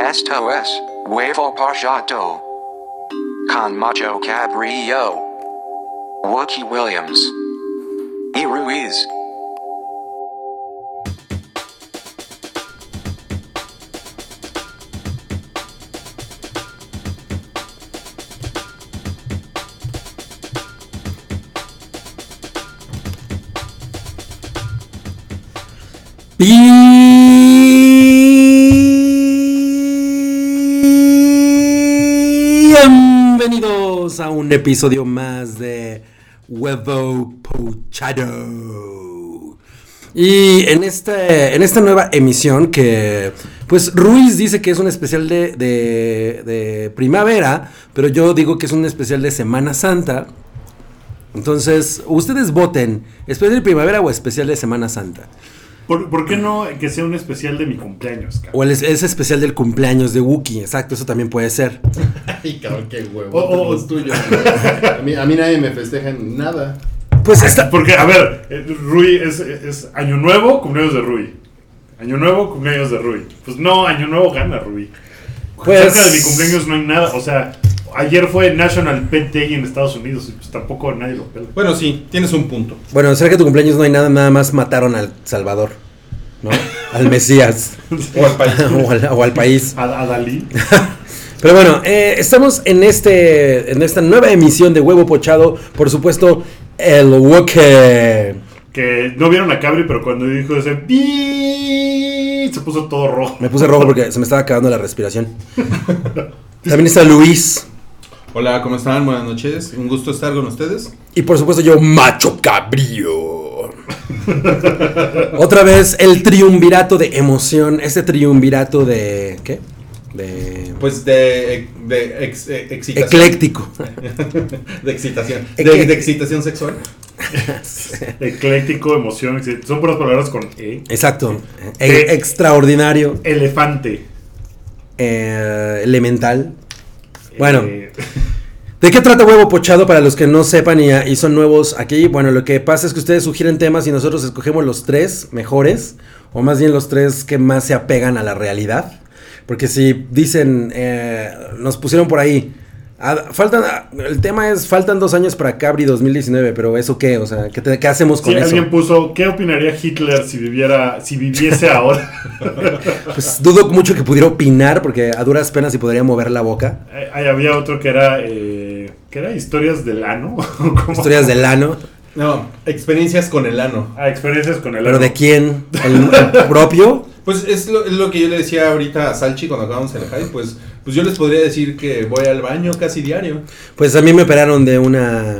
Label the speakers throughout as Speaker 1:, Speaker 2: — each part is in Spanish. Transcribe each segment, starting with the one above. Speaker 1: Esto es huevo parchado. Con Macho Cabrillo. Wookie Williams. Y Ruiz.
Speaker 2: Bienvenidos a un episodio más de Huevo Pochado. Y en, este, en esta nueva emisión que, pues Ruiz dice que es un especial de, de- de primavera, pero yo digo que es un especial de Semana Santa. Entonces, ustedes voten, especial de primavera o especial de Semana Santa.
Speaker 3: ¿Por, por qué no que sea un especial de mi cumpleaños, cabrón?
Speaker 2: O el, es- ese especial del cumpleaños de Wookiee, exacto, eso también puede ser.
Speaker 4: Ay, cabrón, qué huevo.
Speaker 3: Oh, oh, oh.
Speaker 4: es tuyo. güey. A mí, a mí nadie me festeja en nada.
Speaker 2: Pues está...
Speaker 3: Porque, a ver, eh, Rui es, es año nuevo, cumpleaños de Rui. Año nuevo, cumpleaños de Rui. Pues no, año nuevo gana Rui.
Speaker 2: Pues-
Speaker 3: Cerca de mi cumpleaños no hay nada. O sea, ayer fue National Pet Day en Estados Unidos y pues tampoco nadie lo pela.
Speaker 5: Bueno, sí, tienes un punto.
Speaker 2: Bueno, cerca de tu cumpleaños no hay nada, nada más mataron al Salvador, ¿no? Al Mesías
Speaker 5: O al país.
Speaker 2: o, al, o al país.
Speaker 3: A, a Dalí.
Speaker 2: Pero bueno, eh, estamos en, este, en esta nueva emisión de Huevo Pochado, por supuesto, el Wookiee.
Speaker 3: Que no vieron a Cabri, pero cuando dijo ese "Bii", se puso todo rojo.
Speaker 2: Me puse rojo porque se me estaba acabando la respiración. También está Luis.
Speaker 5: Hola, ¿cómo están? Buenas noches. Un gusto estar con ustedes.
Speaker 2: Y por supuesto yo, Macho Cabrío. Otra vez el triunvirato de emoción, este triunvirato de... ¿Qué? De...
Speaker 5: Pues de, de ex- eh, excitación.
Speaker 2: ecléctico.
Speaker 5: De excitación. De,
Speaker 2: Eclé-
Speaker 5: de excitación sexual.
Speaker 3: Ecléctico, emoción. etc. Son puras palabras con E.
Speaker 2: Exacto.
Speaker 3: Eh,
Speaker 2: E- extraordinario.
Speaker 3: Elefante.
Speaker 2: eh, elemental. Bueno.
Speaker 3: Eh,
Speaker 2: ¿De qué trata Huevo Pochado para los que no sepan y, y son nuevos aquí? Bueno, lo que pasa es que ustedes sugieren temas y nosotros escogemos los tres mejores, o más bien los tres que más se apegan a la realidad. Porque si dicen, eh, nos pusieron por ahí, ah, faltan, ah, el tema es, faltan dos años para Cabri 2019, pero ¿eso qué? O sea, ¿qué, te- qué hacemos con
Speaker 3: Sí,
Speaker 2: eso?
Speaker 3: alguien puso, ¿qué opinaría Hitler si viviera, si viviese ahora?
Speaker 2: Pues dudo mucho que pudiera opinar porque a duras penas y podría mover la boca.
Speaker 3: Eh, ahí había otro que era, eh, que era historias del ano. ¿Cómo?
Speaker 2: Historias del ano.
Speaker 5: No, experiencias con el ano.
Speaker 3: Ah, experiencias con el
Speaker 2: ¿Pero
Speaker 3: ano.
Speaker 2: de quién? ¿El, el propio?
Speaker 5: Pues es lo, es lo que yo le decía ahorita a Salchi cuando acabamos en el high. Pues, pues yo les podría decir que voy al baño casi diario.
Speaker 2: Pues a mí me operaron de una.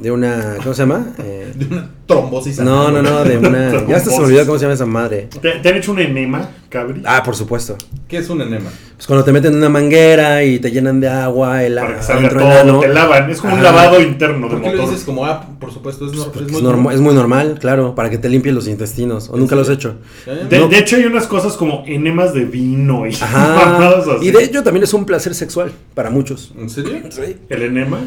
Speaker 2: De una. ¿Cómo se llama? Eh,
Speaker 5: De una trombosis.
Speaker 2: no, no, no, de una. Ya hasta se me olvidó
Speaker 3: Trombosis.
Speaker 2: cómo se llama esa madre.
Speaker 3: ¿Te, te han hecho un enema, Cabri?
Speaker 2: Ah, por supuesto.
Speaker 5: ¿Qué es un enema?
Speaker 2: Pues cuando te meten en una manguera y te llenan de agua, el
Speaker 3: Para que
Speaker 2: a-
Speaker 3: salga
Speaker 2: adentro el
Speaker 3: todo,
Speaker 2: ano,
Speaker 3: te lavan. Es como un
Speaker 2: Ajá.
Speaker 3: lavado interno de
Speaker 5: ¿Por qué lo
Speaker 3: motor.
Speaker 5: dices como ah, por supuesto? Es, nor-
Speaker 2: porque
Speaker 5: es
Speaker 2: es, norma- es muy normal, claro, para que te limpien los intestinos. O nunca los he hecho.
Speaker 5: ¿Eh?
Speaker 3: De,
Speaker 2: No.
Speaker 3: de hecho, hay unas cosas como enemas de vino y mamadas
Speaker 2: Ajá.
Speaker 3: así.
Speaker 2: Y de ello también es un placer sexual para muchos.
Speaker 5: ¿En serio?
Speaker 2: Sí,
Speaker 3: ¿El enema?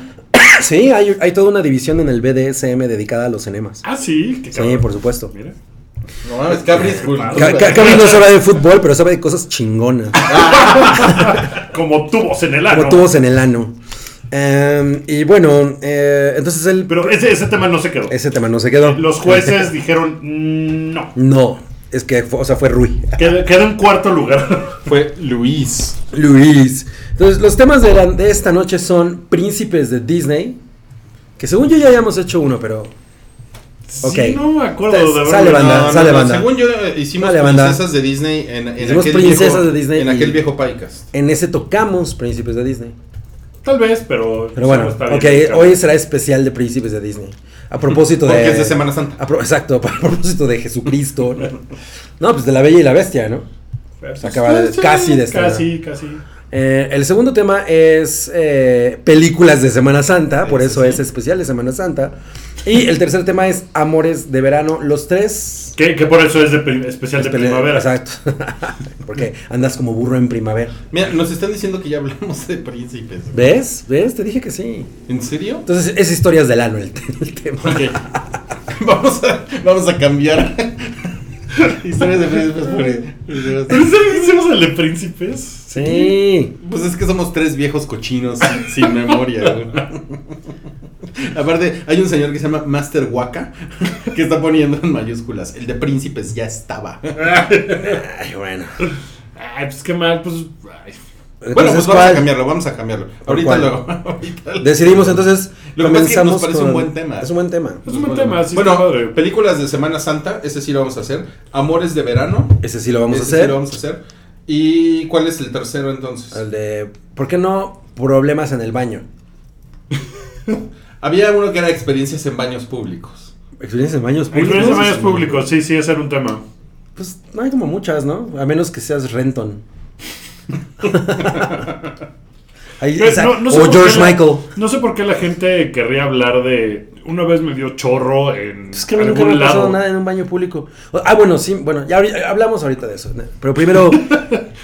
Speaker 2: hay, hay toda una división en el BDSM dedicada a los enemas.
Speaker 3: Ah, sí. qué
Speaker 2: Sí,
Speaker 3: cabrón.
Speaker 2: por supuesto.
Speaker 3: Mira.
Speaker 5: No mames, Cabri es cultura.
Speaker 2: Ca- ca- Cabri no sabe de fútbol, pero sabe de cosas chingonas.
Speaker 3: Como tubos en el ano.
Speaker 2: Como tubos en el ano. Em, y bueno, eh, entonces él.
Speaker 3: Pero ese, ese tema no se quedó.
Speaker 2: Ese tema no se quedó.
Speaker 3: Los jueces dijeron, "Mm, no.
Speaker 2: No, es que, fue- o sea, fue Rui.
Speaker 3: Queda, queda en cuarto lugar.
Speaker 5: Fue Luis.
Speaker 2: Luis. Entonces, los temas de, la- de esta noche son Príncipes de Disney. Que según yo ya habíamos hecho uno, pero. Ok.
Speaker 3: Sí, no me acuerdo de haberlo
Speaker 2: Sale,
Speaker 3: visto.
Speaker 2: banda, sale, banda.
Speaker 5: Según yo, eh, hicimos
Speaker 2: Sale, banda.
Speaker 5: princesas de Disney en, en
Speaker 2: Hicimos
Speaker 5: aquel
Speaker 2: princesas
Speaker 5: viejo,
Speaker 2: de Disney
Speaker 5: En
Speaker 2: y-
Speaker 5: aquel viejo podcast.
Speaker 2: En ese tocamos Príncipes de Disney.
Speaker 3: Tal vez, pero.
Speaker 2: Pero bueno,
Speaker 3: está bien
Speaker 2: ok,
Speaker 3: explicado.
Speaker 2: hoy será especial de Príncipes de Disney. A propósito de.
Speaker 5: Porque es de Semana Santa.
Speaker 2: a pro- exacto, a propósito de Jesucristo. ¿no? no, pues de la Bella y la Bestia, ¿no? se acaba de- casi de estrenar.
Speaker 3: Casi, casi.
Speaker 2: Eh, el segundo tema es eh, películas de Semana Santa, por
Speaker 5: Ese
Speaker 2: eso
Speaker 5: Ah, sí.
Speaker 2: es especial de Semana Santa. Y el tercer tema es Amores de Verano, los tres.
Speaker 3: Que, que por eso es de pri- especial de
Speaker 2: Espe-
Speaker 3: primavera.
Speaker 2: Exacto. Porque andas como burro en primavera.
Speaker 5: Mira, nos están diciendo que ya hablamos de príncipes.
Speaker 2: ¿Ves? ¿Ves? Te dije que sí.
Speaker 5: ¿En serio?
Speaker 2: Entonces es historias del ano el, te- el tema.
Speaker 5: Ok. vamos, a, vamos a cambiar
Speaker 4: Historias de príncipes
Speaker 3: ¿Pero
Speaker 4: pobres.
Speaker 3: ese hicimos el de príncipes?
Speaker 2: Sí.
Speaker 5: Pues es que somos tres viejos cochinos sin, sin memoria, güey. Aparte, hay un señor que se llama Master Waka que está poniendo en mayúsculas. El de príncipes ya estaba.
Speaker 2: Ay, bueno.
Speaker 3: Ay, pues qué mal, pues. ay.
Speaker 5: bueno,
Speaker 2: Entonces,
Speaker 5: pues vamos a
Speaker 2: ¿cuál?
Speaker 5: cambiarlo, vamos a cambiarlo. Ahorita
Speaker 2: cuál?
Speaker 5: luego. ahorita luego.
Speaker 2: Decidimos entonces.
Speaker 5: Lo que pasa es que nos
Speaker 2: comenzamos
Speaker 5: parece un buen tema.
Speaker 2: Es un buen tema.
Speaker 3: Es un buen tema, sí,
Speaker 5: Bueno,
Speaker 3: está padre.
Speaker 5: películas de Semana Santa, ese sí lo vamos a hacer. Amores de verano,
Speaker 2: Ese sí lo vamos
Speaker 5: ese
Speaker 2: a
Speaker 5: sí
Speaker 2: hacer.
Speaker 5: lo vamos a hacer. ¿Y cuál es el tercero entonces?
Speaker 2: El de. ¿Por qué no problemas en el baño?
Speaker 5: Había uno que era experiencias en baños públicos.
Speaker 2: Experiencias en baños
Speaker 3: Hay
Speaker 2: públicos.
Speaker 3: varios tamaños públicos, sí, sí, ese era un tema.
Speaker 2: Pues no hay como muchas, ¿no? A menos que seas Renton. Ahí,
Speaker 3: No,
Speaker 2: esa-
Speaker 3: no- no sé
Speaker 2: o
Speaker 3: por
Speaker 2: George
Speaker 3: qué la-
Speaker 2: Michael.
Speaker 3: No sé por qué la gente querría hablar de. Una vez me dio chorro en
Speaker 2: Es que a mí nunca me
Speaker 3: algún
Speaker 2: ha pasado
Speaker 3: lado.
Speaker 2: nada en un baño público. O- Ah, bueno, sí, bueno, ya ahorita- hablamos ahorita de eso. ¿no? Pero primero,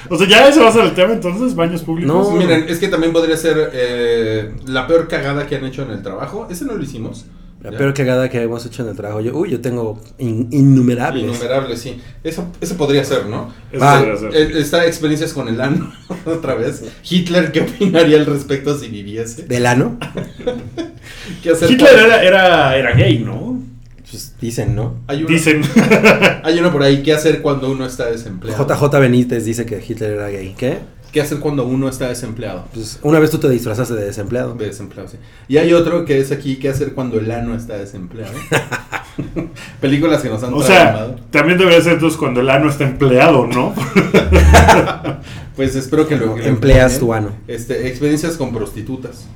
Speaker 3: O sea, ya ese va a ser el tema entonces, baños públicos.
Speaker 2: No.
Speaker 5: Miren, es que también podría ser eh, la peor cagada que han hecho en el trabajo. Ese no lo hicimos.
Speaker 2: la
Speaker 5: ¿Ya?
Speaker 2: peor cagada que hemos hecho en el trabajo. Yo, uy, yo tengo in- innumerables.
Speaker 5: Innumerable, sí. Eso, ese podría ser, ¿no?
Speaker 3: Eso
Speaker 2: Ah,
Speaker 3: podría ser.
Speaker 5: Eh, Está experiencias con el ano, otra vez. Hitler, ¿qué opinaría al respecto si viviese?
Speaker 2: ¿Del ano?
Speaker 5: ¿Qué hacer
Speaker 3: Hitler
Speaker 5: cuando-
Speaker 3: era, era, era gay, ¿no?
Speaker 2: Pues dicen, ¿no?
Speaker 5: Hay uno,
Speaker 3: Dicen.
Speaker 5: hay uno por ahí, ¿qué hacer cuando uno está desempleado?
Speaker 2: JJ Benítez dice que Hitler era gay. ¿Qué?
Speaker 5: ¿Qué hacer cuando uno está desempleado?
Speaker 2: Pues una vez tú te disfrazaste de desempleado.
Speaker 5: De desempleado, sí. Y hay otro que es aquí, ¿qué hacer cuando el ano está desempleado? Películas que nos han
Speaker 3: O sea,
Speaker 5: traumado.
Speaker 3: también debería ser entonces cuando el ano está empleado, ¿no?
Speaker 5: Pues espero que lo que lo
Speaker 2: Empleas
Speaker 5: encuentren.
Speaker 2: tu ano.
Speaker 5: Este, experiencias con prostitutas.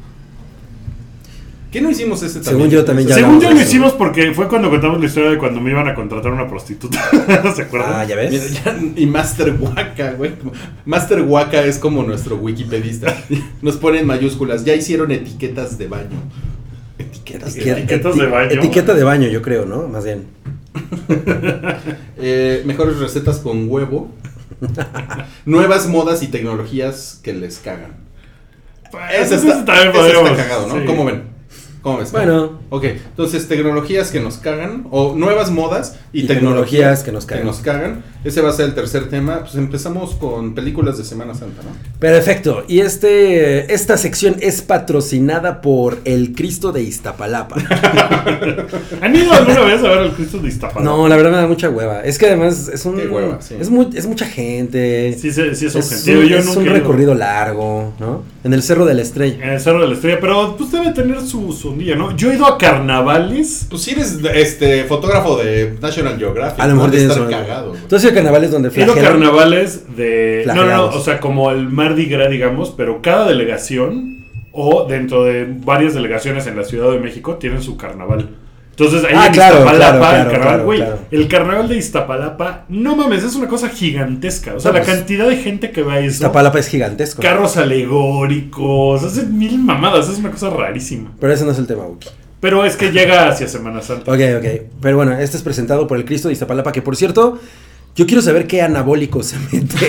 Speaker 5: ¿Qué no hicimos este
Speaker 2: Según
Speaker 5: también?
Speaker 2: yo también Ya
Speaker 3: Según
Speaker 2: hablamos
Speaker 3: yo
Speaker 2: de
Speaker 3: lo
Speaker 2: eso.
Speaker 3: hicimos porque fue cuando contamos la historia de cuando me iban a contratar una prostituta. ¿Se acuerdan?
Speaker 2: Ah, ya
Speaker 5: Mira,
Speaker 2: ves.
Speaker 5: ya- y Master Waka, güey. Master Waka es como nuestro wikipedista. Nos pone en mayúsculas. Ya hicieron etiquetas de baño. Etiquetas de
Speaker 2: Etiqueta-
Speaker 5: baño.
Speaker 3: etiquetas de baño.
Speaker 2: Etiqueta de baño, yo creo, ¿no? Más bien.
Speaker 5: Eh, mejores recetas con huevo. Nuevas modas y tecnologías que les cagan. Ese
Speaker 3: Pues, Entonces,
Speaker 5: está,
Speaker 3: también
Speaker 5: ese está
Speaker 3: podríamos-
Speaker 5: cagado, ¿no?
Speaker 3: sí.
Speaker 5: ¿Cómo ven? ¿Cómo ves?
Speaker 2: Bueno.
Speaker 5: Ok, entonces tecnologías que nos cagan, o nuevas modas y,
Speaker 2: Y tecnologías
Speaker 5: tecnologías,
Speaker 2: que nos cagan.
Speaker 5: cagan. Ese va a ser el tercer tema. Pues empezamos con películas de Semana Santa, ¿no?
Speaker 2: Perfecto. Y este, esta sección es patrocinada por el Cristo de Iztapalapa.
Speaker 3: ¿Han ido alguna vez a ver al Cristo de Iztapalapa?
Speaker 2: No, la verdad me da mucha hueva. Es que además es un.
Speaker 5: Qué hueva, sí.
Speaker 2: es, mu- es mucha gente.
Speaker 3: Sí, se- sí es,
Speaker 2: es
Speaker 3: objetivo.
Speaker 2: un,
Speaker 3: yo
Speaker 2: es
Speaker 3: nunca
Speaker 2: un
Speaker 3: he ido.
Speaker 2: recorrido largo, ¿no? En el Cerro de la Estrella.
Speaker 3: En el Cerro de la Estrella, pero pues debe tener su, su día, ¿no? Yo he ido a carnavales.
Speaker 5: Pues si eres este, fotógrafo de National Geographic,
Speaker 2: A lo mejor
Speaker 5: has de
Speaker 2: tienes.
Speaker 5: estar
Speaker 2: una-
Speaker 5: cagado. güey.
Speaker 2: ¿Tú has ido a carnavales donde
Speaker 3: He ido a
Speaker 2: flagelan?
Speaker 3: carnavales de. No, no, no,
Speaker 2: Flagelados.
Speaker 3: o sea, como el Mardi Gras, digamos, pero cada delegación o dentro de varias delegaciones en la Ciudad de México tienen su carnaval. Entonces ahí
Speaker 2: Ah,
Speaker 3: en
Speaker 2: claro,
Speaker 3: Iztapalapa,
Speaker 2: claro, claro,
Speaker 3: el carnaval,
Speaker 2: claro,
Speaker 3: güey,
Speaker 2: claro.
Speaker 3: el carnaval de Iztapalapa, no mames, es una cosa gigantesca. O sea,
Speaker 2: No,
Speaker 3: la
Speaker 2: pues,
Speaker 3: cantidad de gente que va a eso,
Speaker 2: Iztapalapa es gigantesco.
Speaker 3: carros alegóricos, hacen mil mamadas, es una cosa rarísima.
Speaker 2: Pero ese no es el tema, Buki.
Speaker 3: Pero es que llega hacia Semana Santa.
Speaker 2: Ok, ok. Pero bueno, este es presentado por el Cristo de Iztapalapa, que por cierto, yo quiero saber qué anabólico se mete.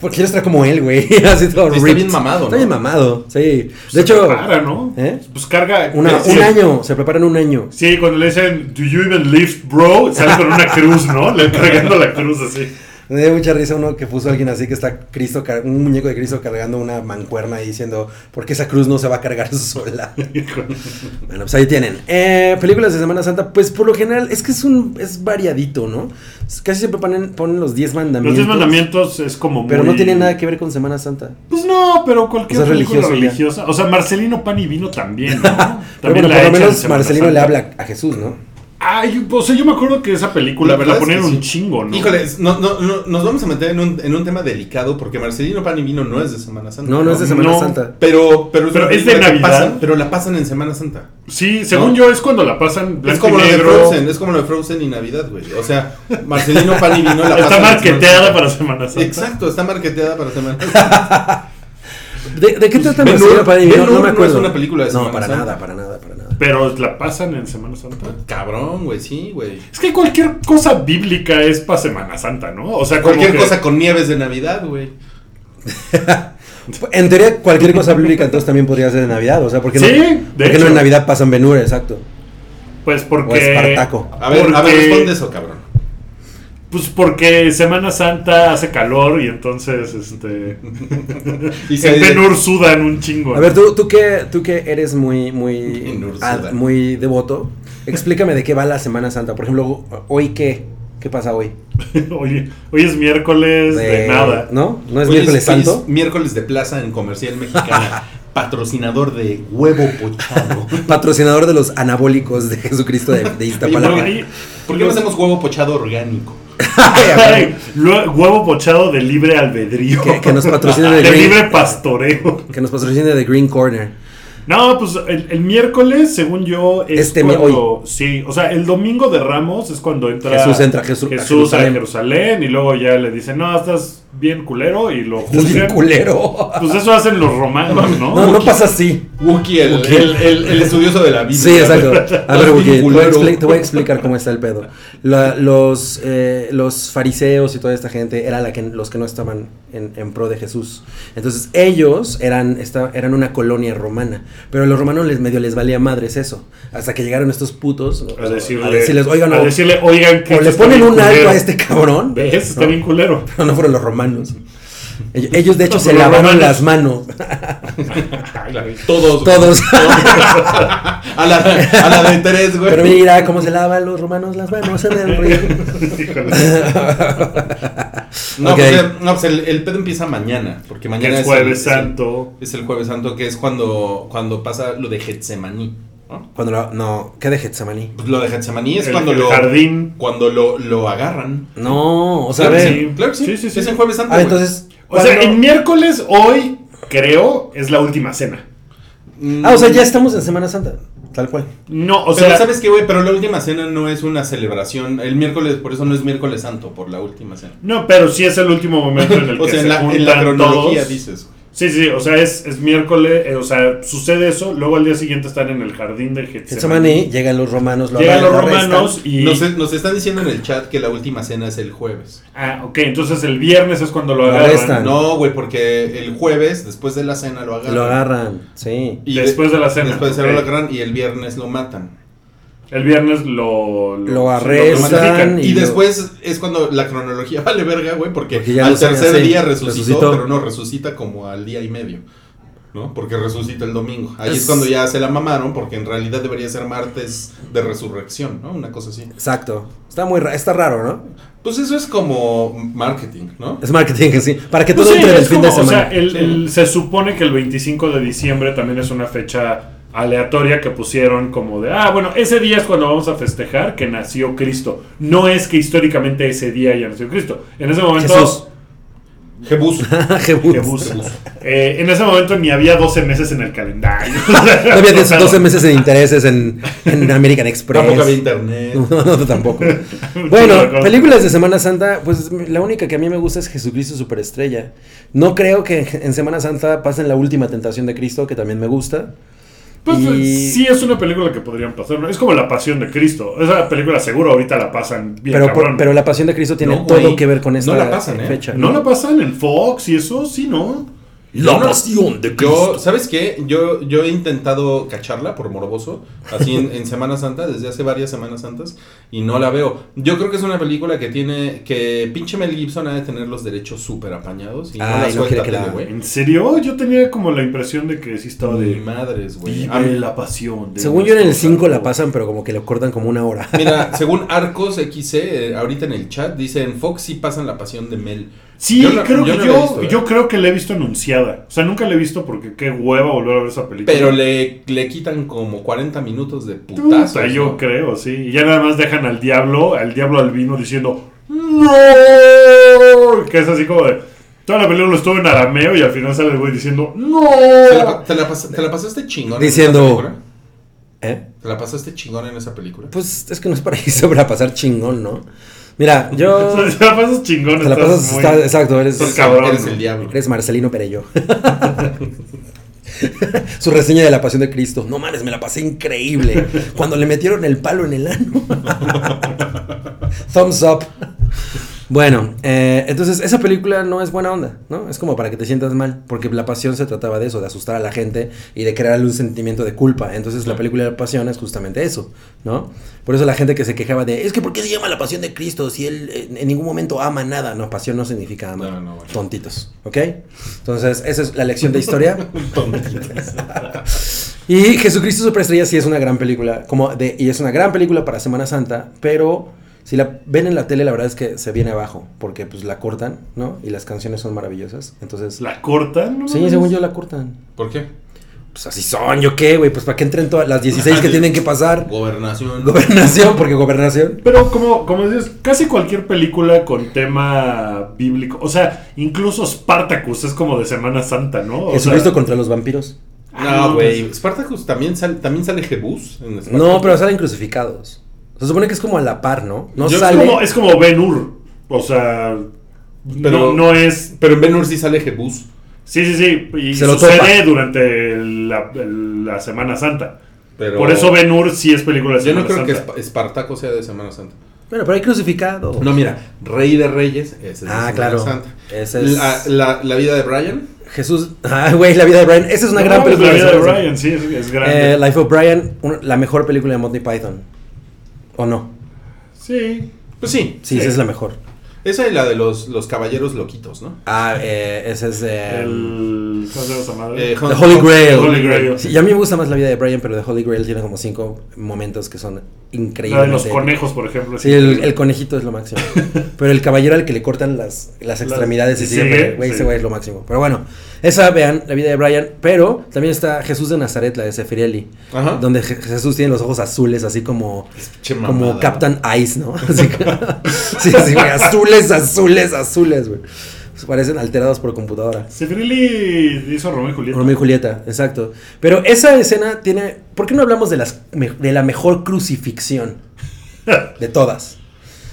Speaker 2: Porque quiero estar como él, güey. Así todo
Speaker 5: Está
Speaker 2: ripped.
Speaker 5: bien
Speaker 2: Está
Speaker 5: mamado, ¿no? Pues
Speaker 2: bien mamado, sí.
Speaker 3: Pues, Se
Speaker 2: De hecho,
Speaker 3: prepara, ¿no?
Speaker 2: ¿Eh?
Speaker 3: Pues carga.
Speaker 2: una-
Speaker 3: sí,
Speaker 2: un año, se preparan un año.
Speaker 3: Sí, cuando le dicen, ¿Do you even lift, bro? Sale con una cruz, ¿no? Le cargando la cruz así.
Speaker 2: Me dio mucha risa uno que puso a alguien así que está Cristo, car- un muñeco de Cristo cargando una mancuerna y diciendo, ¿por qué esa cruz no se va a cargar sola? Bueno, pues ahí tienen. Eh, películas de Semana Santa, pues por lo general es que es un es variadito, ¿no? Es- Casi siempre ponen, ponen los 10
Speaker 3: Los
Speaker 2: mandamientos.
Speaker 3: diez mandamientos es como
Speaker 2: Pero
Speaker 3: muy-
Speaker 2: no tiene nada que ver con Semana Santa.
Speaker 3: Pues no, pero cualquier
Speaker 2: O sea,
Speaker 3: película
Speaker 2: religioso ya.
Speaker 3: religiosa. O sea, Marcelino Pan y Vino también, ¿no?
Speaker 2: Pero
Speaker 3: También
Speaker 2: bueno, por
Speaker 3: la
Speaker 2: lo
Speaker 3: echan en
Speaker 2: menos
Speaker 3: Semana
Speaker 2: Marcelino le
Speaker 3: Santa.
Speaker 2: habla a Jesús, ¿no?
Speaker 3: Ay, o sea, yo me acuerdo que esa película
Speaker 5: La
Speaker 3: la,
Speaker 5: verdad es que
Speaker 3: ponían
Speaker 5: sí.
Speaker 3: un chingo, ¿no?
Speaker 5: Híjole, no- no- no- nos vamos a meter en un, en un tema delicado porque Marcelino Pan y Vino no es de Semana Santa.
Speaker 2: No, no es de Semana
Speaker 3: No.
Speaker 2: Santa.
Speaker 5: Pero, pero,
Speaker 3: Pero
Speaker 5: una
Speaker 3: es de
Speaker 5: película que
Speaker 3: Navidad.
Speaker 5: pasan- pero la pasan en Semana Santa.
Speaker 3: Sí, según
Speaker 5: ¿No?
Speaker 3: yo es cuando la pasan blanco
Speaker 5: Es como
Speaker 3: y
Speaker 5: lo de
Speaker 3: negro.
Speaker 5: Frozen, es como lo de Frozen y Navidad, güey. O sea, Marcelino Pan y Vino la pasan
Speaker 3: Está
Speaker 5: en
Speaker 3: marqueteada
Speaker 5: Semana
Speaker 3: para Semana
Speaker 5: Santa.
Speaker 3: Santa.
Speaker 5: Exacto, está marqueteada para Semana Santa.
Speaker 2: ¿De, de qué trata Marcelino
Speaker 5: Ben-Hur-
Speaker 2: Pan y Vino? No
Speaker 5: Ben-Hur
Speaker 2: me
Speaker 5: no
Speaker 2: acuerdo.
Speaker 5: es una película de
Speaker 2: No,
Speaker 5: Semana
Speaker 2: para
Speaker 5: Santa.
Speaker 2: nada, para nada, para nada.
Speaker 3: Pero la pasan en Semana Santa.
Speaker 5: Cabrón, güey, sí, güey.
Speaker 3: Es que cualquier cosa bíblica es para Semana Santa, ¿no? O sea, como
Speaker 5: Cualquier
Speaker 3: que-
Speaker 5: cosa con nieves de Navidad, güey.
Speaker 2: Pues, En teoría, cualquier cosa bíblica entonces también podría ser de Navidad, o sea, porque
Speaker 3: Sí,
Speaker 2: no,
Speaker 3: de
Speaker 2: porque no
Speaker 3: hecho.
Speaker 2: en Navidad pasan Benur, exacto.
Speaker 3: Pues porque.
Speaker 2: O Espartaco.
Speaker 5: A ver, a ver,
Speaker 3: porque-
Speaker 5: responde eso, cabrón.
Speaker 3: Pues porque Semana Santa hace calor y entonces este
Speaker 5: Y se-
Speaker 3: en Benur sudan un chingo.
Speaker 2: A ver, tú, tú, que, tú que eres muy, muy,
Speaker 5: Nur
Speaker 2: ah,
Speaker 5: Sudan.
Speaker 2: muy devoto, explícame de qué va la Semana Santa. Por ejemplo, hoy qué, qué pasa hoy. Eh,
Speaker 3: hoy, hoy es miércoles de, nada.
Speaker 2: ¿No? ¿No es
Speaker 5: Hoy
Speaker 2: miércoles
Speaker 5: hoy es
Speaker 2: santo?
Speaker 5: miércoles de plaza en Comercial Mexicana, patrocinador de huevo pochado.
Speaker 2: Patrocinador de los anabólicos de Jesucristo de, de Iztapalapa.
Speaker 3: Ahí-
Speaker 5: ¿Por qué no hacemos huevo pochado orgánico?
Speaker 3: Ay, lue- huevo pochado de libre albedrío.
Speaker 2: Que- que nos patrocinen el
Speaker 3: De
Speaker 2: Green.
Speaker 3: libre pastoreo.
Speaker 2: que nos patrocine de Green Corner.
Speaker 3: No, pues el, el miércoles, según yo, es
Speaker 2: Este mi-
Speaker 3: cuando... Sí, o sea, el domingo de Ramos es cuando entra...
Speaker 2: Jesús entra a Jesu- a
Speaker 3: Jesús a
Speaker 2: Jerusalén.
Speaker 3: Jerusalén. y luego ya le dicen, no, estás bien culero y lo
Speaker 2: Es bien
Speaker 3: juzgan.
Speaker 2: culero.
Speaker 3: Pues eso hacen los romanos, ¿no? pues,
Speaker 2: No, no pasa así.
Speaker 5: Wookie, el, el- el- el estudioso de la vida.
Speaker 2: Sí, exacto.
Speaker 3: pues,
Speaker 2: A ver,
Speaker 5: Estás
Speaker 2: Wookie, te,
Speaker 5: bien
Speaker 2: voy a
Speaker 5: culero.
Speaker 2: expli- te voy a explicar cómo está el pedo. La- los, eh, los fariseos y toda esta gente eran la que, los que no estaban en, en pro de Jesús. Entonces ellos eran, esta- eran una colonia romana, pero a los romanos les medio les valía madres eso. Hasta que llegaron estos putos
Speaker 3: A decirle,
Speaker 2: a decirles, oigan,
Speaker 3: a
Speaker 2: o-
Speaker 3: decirle, oigan,
Speaker 2: o
Speaker 3: que esto
Speaker 2: le
Speaker 3: está
Speaker 2: ponen
Speaker 3: bien
Speaker 2: un alto
Speaker 3: culero".
Speaker 2: a este cabrón.
Speaker 3: ¿Ves? Está
Speaker 2: No.
Speaker 3: bien culero.
Speaker 2: Pero no fueron los romanos. Ellos, ellos, de hecho,
Speaker 3: No,
Speaker 2: se
Speaker 3: pero los
Speaker 2: lavaron
Speaker 3: romanos.
Speaker 2: las manos.
Speaker 3: Ay, la verdad.
Speaker 5: Todos.
Speaker 2: Todos.
Speaker 5: A la, a la de tres, güey.
Speaker 2: Pero mira cómo se lavan los romanos las manos en el río.
Speaker 3: Híjole.
Speaker 5: No,
Speaker 2: Ok.
Speaker 5: pues, eh, no, pues, el, el pedo empieza mañana, porque
Speaker 3: Que
Speaker 5: mañana
Speaker 3: es
Speaker 5: el-
Speaker 3: jueves
Speaker 5: es el-
Speaker 3: santo.
Speaker 5: Es el jueves santo, que es cuando, cuando pasa lo de Getsemaní. ¿no?
Speaker 2: Cuando lo- no, ¿qué de Getsemaní?
Speaker 5: Pues lo de Getsemaní es
Speaker 3: el,
Speaker 5: cuando
Speaker 3: el
Speaker 5: lo
Speaker 3: jardín.
Speaker 5: cuando lo, lo agarran.
Speaker 2: No, o sea, a
Speaker 5: Claro que
Speaker 2: ver.
Speaker 5: sí, claro que sí.
Speaker 3: Sí, sí, sí.
Speaker 5: Es el jueves santo.
Speaker 2: Ah,
Speaker 5: güey.
Speaker 2: entonces.
Speaker 3: O sea,
Speaker 2: ¿cuándo?
Speaker 3: el miércoles hoy, creo, es la última cena.
Speaker 5: Mm,
Speaker 2: Ah, o sea, ya estamos en Semana Santa. Tal cual.
Speaker 3: No, o
Speaker 5: Pero
Speaker 3: sea,
Speaker 5: sabes qué, güey, pero la última cena no es una celebración. El miércoles, por eso no es miércoles santo, por la última cena.
Speaker 3: no, pero sí es el último momento en el que
Speaker 5: O sea,
Speaker 3: se
Speaker 5: en la,
Speaker 3: juntan
Speaker 5: en la cronología
Speaker 3: todos.
Speaker 5: dices. güey.
Speaker 3: Sí, sí, o sea, es, es miércoles, eh, o sea, sucede eso, luego al día siguiente están en el jardín de Getsemaní.
Speaker 2: Getsemaní, llegan los romanos. Lo
Speaker 3: Llegan los
Speaker 2: arran- lo
Speaker 3: romanos
Speaker 2: arrestan.
Speaker 3: y...
Speaker 5: Nos, nos están diciendo en el chat que la última cena es el jueves.
Speaker 3: Ah, ok, entonces el viernes es cuando lo
Speaker 2: Lo
Speaker 3: agarran.
Speaker 2: arrestan.
Speaker 5: No, güey, porque el jueves, después de la cena, lo agarran.
Speaker 2: Lo agarran, sí.
Speaker 5: Y
Speaker 3: Después de la cena,
Speaker 5: Después de la
Speaker 3: ok.
Speaker 5: cena lo agarran y el viernes lo matan.
Speaker 3: El viernes lo...
Speaker 2: Lo
Speaker 5: Lo
Speaker 2: arrestan
Speaker 5: matan.
Speaker 2: y
Speaker 5: y,
Speaker 2: lo-
Speaker 5: después es cuando la cronología vale verga, güey, porque,
Speaker 2: Porque ya
Speaker 5: al
Speaker 2: no saben
Speaker 5: tercer
Speaker 2: hacer.
Speaker 5: día resucitó,
Speaker 2: Resucitó.
Speaker 5: pero no resucita como al día y medio. ¿No? Porque resucita el domingo. Ahí es...
Speaker 2: Es-
Speaker 5: cuando ya se la mamaron, porque en realidad debería ser martes de resurrección, ¿no? Una cosa así.
Speaker 2: Exacto. Está muy ra- está raro, ¿no?
Speaker 5: Pues eso es como marketing, ¿no?
Speaker 2: Es marketing, sí. Para que
Speaker 3: Pues
Speaker 2: todo
Speaker 3: sí,
Speaker 2: entre
Speaker 3: es
Speaker 2: el fin
Speaker 3: como-
Speaker 2: de semana.
Speaker 3: O sea, eh, el- el- se supone que el 25 de diciembre también es una fecha aleatoria que pusieron como de, ah, bueno, ese día es cuando vamos a festejar que nació Cristo. No es que históricamente ese día haya nacido Cristo. En ese momento...
Speaker 2: Jesús.
Speaker 5: Jebus.
Speaker 2: Jebus.
Speaker 3: Jebus. Eh, en ese momento ni había 12 meses en el calendario. O sea,
Speaker 2: No había 10
Speaker 3: o sea,
Speaker 2: 12 meses de intereses en, en American Express.
Speaker 5: Tampoco había internet.
Speaker 2: No, no, tampoco.
Speaker 3: Mucho
Speaker 2: Bueno,
Speaker 3: mejor.
Speaker 2: películas de Semana Santa, pues la única que a mí me gusta es Jesucristo Superestrella. No creo que en Semana Santa pasen La Última Tentación de Cristo, que también me gusta.
Speaker 3: Pues
Speaker 2: Y-
Speaker 3: sí es una película que podrían pasar, ¿no? Es como La Pasión de Cristo. Esa película seguro ahorita la pasan bien
Speaker 2: Pero, por-
Speaker 3: cabrón.
Speaker 2: pero La Pasión de Cristo tiene
Speaker 5: No,
Speaker 2: todo
Speaker 5: güey.
Speaker 2: que ver con
Speaker 5: No
Speaker 2: esta
Speaker 5: la pasan, ¿eh?
Speaker 2: fecha.
Speaker 3: ¿No la pasan en Fox y eso? Sí, ¿no?
Speaker 5: La
Speaker 2: Pasión de
Speaker 5: Yo, ¿sabes qué? Yo, yo he intentado cacharla por morboso, así en, en Semana Santa, desde hace varias Semanas Santas, y no la veo. Yo creo que es una película que tiene, que pinche Mel Gibson ha de tener los derechos súper apañados y no la
Speaker 2: Ay, no quiere
Speaker 5: suelta
Speaker 2: que la-
Speaker 5: tele, güey.
Speaker 3: ¿En serio? Yo tenía como la impresión de que sí estaba
Speaker 5: Ni
Speaker 3: de...
Speaker 5: madres, güey.
Speaker 3: Vive
Speaker 5: A mí-
Speaker 3: la pasión. de
Speaker 2: Según yo en el
Speaker 3: nuestro
Speaker 2: 5 la
Speaker 3: santo.
Speaker 2: pasan, pero como que lo cortan como una hora.
Speaker 5: Mira, según Arcos XC, eh, ahorita en el chat, dice en Fox sí pasan la pasión de Mel.
Speaker 3: Sí,
Speaker 5: Yo no-
Speaker 3: creo
Speaker 5: yo
Speaker 3: que
Speaker 5: no la
Speaker 3: yo,
Speaker 5: he visto, ¿eh?
Speaker 3: yo creo que la he visto anunciada. O sea, nunca la he visto porque qué hueva volver a ver esa película.
Speaker 5: Pero le, le quitan como 40 minutos de
Speaker 3: Puta,
Speaker 5: putazo.
Speaker 3: yo creo, sí. Y ya nada más dejan al diablo, al diablo albino diciendo ¡No! Que es así como de. Toda la película estuvo en arameo y al final sale el güey diciendo
Speaker 5: ¿Te la,
Speaker 3: ¡No!
Speaker 5: te la pas- te la pasaste chingón? en
Speaker 2: Diciendo-
Speaker 5: esa película?
Speaker 2: ¿Eh?
Speaker 5: ¿Te la pasaste chingón en esa película?
Speaker 2: Pues es que no es para irse para pasar chingón, ¿no? Mira, yo...
Speaker 3: O sea, te la pasas chingón.
Speaker 2: Te la
Speaker 3: estás
Speaker 2: pasas...
Speaker 3: muy-
Speaker 2: está- exacto, eres...
Speaker 3: estás cabrón.
Speaker 5: Eres el diablo.
Speaker 2: Eres Marcelino Perello. Su reseña de la pasión de Cristo. No mames, me la pasé increíble. Cuando le metieron el palo en el ano. Thumbs up. Bueno, eh, entonces esa película no es buena onda, ¿no? Es como para que te sientas mal, porque la pasión se trataba de eso, de asustar a la gente y de crearle un sentimiento de culpa. Entonces la película de la pasión es justamente eso, ¿no? Por eso la gente que se quejaba de, es que ¿por qué se llama la pasión de Cristo si él eh, en ningún momento ama nada? No, pasión no significa amar.
Speaker 5: No, no, bueno.
Speaker 2: Tontitos, ¿ok? Entonces esa es la lección de historia. Y Jesucristo Superestrella sí es una gran película, como de, y es una gran película para Semana Santa, pero si la ven en la tele la verdad es que se viene abajo, porque pues la cortan, ¿no? Y las canciones son maravillosas, entonces...
Speaker 3: ¿La cortan? No
Speaker 2: Sí,
Speaker 3: mames.
Speaker 2: según yo la cortan.
Speaker 5: ¿Por qué?
Speaker 2: Pues así son, ¿yo qué, güey? Pues para qué entren todas las 16 que tienen que pasar.
Speaker 5: Gobernación.
Speaker 2: Gobernación, porque gobernación...
Speaker 3: Pero como, como dices, casi cualquier película con tema bíblico, o sea, incluso Spartacus es como de Semana Santa, ¿no? O
Speaker 2: Jesucristo
Speaker 3: sea,
Speaker 2: contra los vampiros.
Speaker 5: Ah, no, güey. Spartacus también sale, también sale Jebus en Spartacus.
Speaker 2: No, pero salen crucificados. Se supone que es como a la par, ¿no? No
Speaker 5: Yo-
Speaker 3: Es
Speaker 2: sale...
Speaker 3: como, es como Ben Hur, o sea, no,
Speaker 5: Pero-
Speaker 3: no es...
Speaker 5: Pero en Ben sí sale Jebus.
Speaker 3: Sí, sí, sí, y
Speaker 2: Se lo
Speaker 3: sucede
Speaker 2: topa.
Speaker 3: durante la, la Semana Santa.
Speaker 5: Pero
Speaker 3: Por eso Ben Hur sí es película de
Speaker 5: Yo
Speaker 3: Semana
Speaker 5: no creo
Speaker 3: Santa.
Speaker 5: que Sp- Espartaco sea de Semana Santa.
Speaker 2: Bueno, pero hay crucificado.
Speaker 5: No, mira, Rey de Reyes ese es de
Speaker 2: Ah,
Speaker 5: Semana
Speaker 2: claro.
Speaker 5: Santa.
Speaker 2: Ese es...
Speaker 5: La, la- la vida de Brian.
Speaker 2: Jesús... Ah, güey, la vida de Brian. Esa es una
Speaker 3: No,
Speaker 2: gran
Speaker 3: pues,
Speaker 2: película.
Speaker 3: La vida de
Speaker 2: Semana Santa.
Speaker 3: Brian, sí, es, es grande.
Speaker 2: Eh, Life of Brian, un- la mejor película de Monty Python. ¿O no?
Speaker 3: Sí.
Speaker 5: Pues sí.
Speaker 2: Sí,
Speaker 3: Sí.
Speaker 2: esa es la mejor.
Speaker 5: Esa y la de los, los caballeros loquitos, ¿no?
Speaker 2: Ah, eh, esa es... eh,
Speaker 3: El. ¿Cómo se llama esa madre?
Speaker 5: Eh,
Speaker 2: The Holy Grail.
Speaker 3: Holy Grail.
Speaker 2: Sí, y a mí me gusta más la vida de Brian, pero The Holy Grail tiene como cinco momentos que son increíbles.
Speaker 3: la de los conejos, por ejemplo. es
Speaker 2: Sí, el,
Speaker 3: increíble.
Speaker 2: el conejito es lo máximo. Pero el caballero al que le cortan las, las extremidades y
Speaker 3: ¿y
Speaker 2: sigue,
Speaker 3: sigue?
Speaker 2: pero, güey, ese
Speaker 3: Sí.
Speaker 2: güey es lo máximo. Pero bueno, esa vean, la vida de Brian. Pero también está Jesús de Nazaret, la de Sefirelli.
Speaker 5: Ajá.
Speaker 2: Donde Je- Jesús tiene los ojos azules, así como,
Speaker 5: che
Speaker 2: como
Speaker 5: mamada.
Speaker 2: Captain Ice, ¿no? Así, que- sí, así, güey, azules, azules, azules, güey. Pues parecen alterados por computadora.
Speaker 3: Sefirelli hizo a Romeo y Julieta.
Speaker 2: Romeo y Julieta, exacto. Pero esa escena tiene. ¿Por qué no hablamos de, las, me- de la mejor crucifixión? De todas.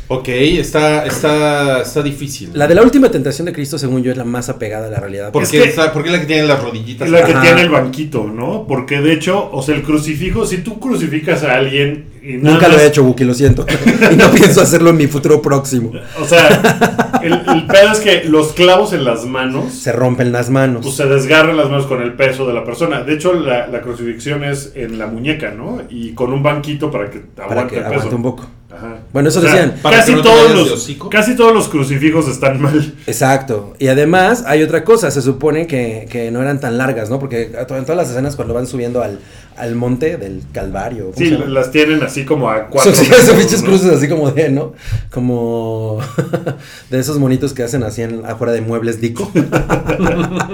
Speaker 5: Ok, está, está, está difícil.
Speaker 2: La de la última tentación de Cristo, según yo, es la más apegada a la realidad.
Speaker 5: ¿Por,
Speaker 3: Es
Speaker 5: qué
Speaker 3: que-
Speaker 5: está- por qué la que tiene las rodillitas?
Speaker 3: Es la que
Speaker 2: Ajá.
Speaker 3: tiene el banquito, ¿no? Porque de hecho, o sea, el crucifijo, si tú crucificas a alguien. y nada
Speaker 2: Nunca lo
Speaker 3: más-
Speaker 2: he hecho, Buki, lo siento. y no pienso hacerlo en mi futuro próximo.
Speaker 3: O sea, el, el pedo es que los clavos en las manos.
Speaker 2: Se rompen las manos.
Speaker 3: Pues se desgarran las manos con el peso de la persona. De hecho, la, la crucifixión es en la muñeca, ¿no? Y con un banquito para que aguante
Speaker 2: para que
Speaker 3: el peso.
Speaker 2: aguante un poco.
Speaker 3: Ajá.
Speaker 2: Bueno, eso
Speaker 3: O sea,
Speaker 2: decían.
Speaker 5: Para
Speaker 3: casi,
Speaker 5: que no te
Speaker 3: todos
Speaker 5: vayas de
Speaker 3: los,
Speaker 5: hocico.
Speaker 3: casi todos los crucifijos están mal.
Speaker 2: Exacto. Y además hay otra cosa, se supone que, que no eran tan largas, ¿no? Porque a to- en todas las escenas cuando van subiendo al, al monte del Calvario. ¿cómo
Speaker 3: Sí,
Speaker 2: se llama?
Speaker 3: las tienen así como a cuatro.
Speaker 2: Son sí, esos
Speaker 3: metros,
Speaker 2: pinches
Speaker 3: ¿no?
Speaker 2: cruces así como de, ¿no? Como de esos monitos que hacen así en- afuera de muebles dico.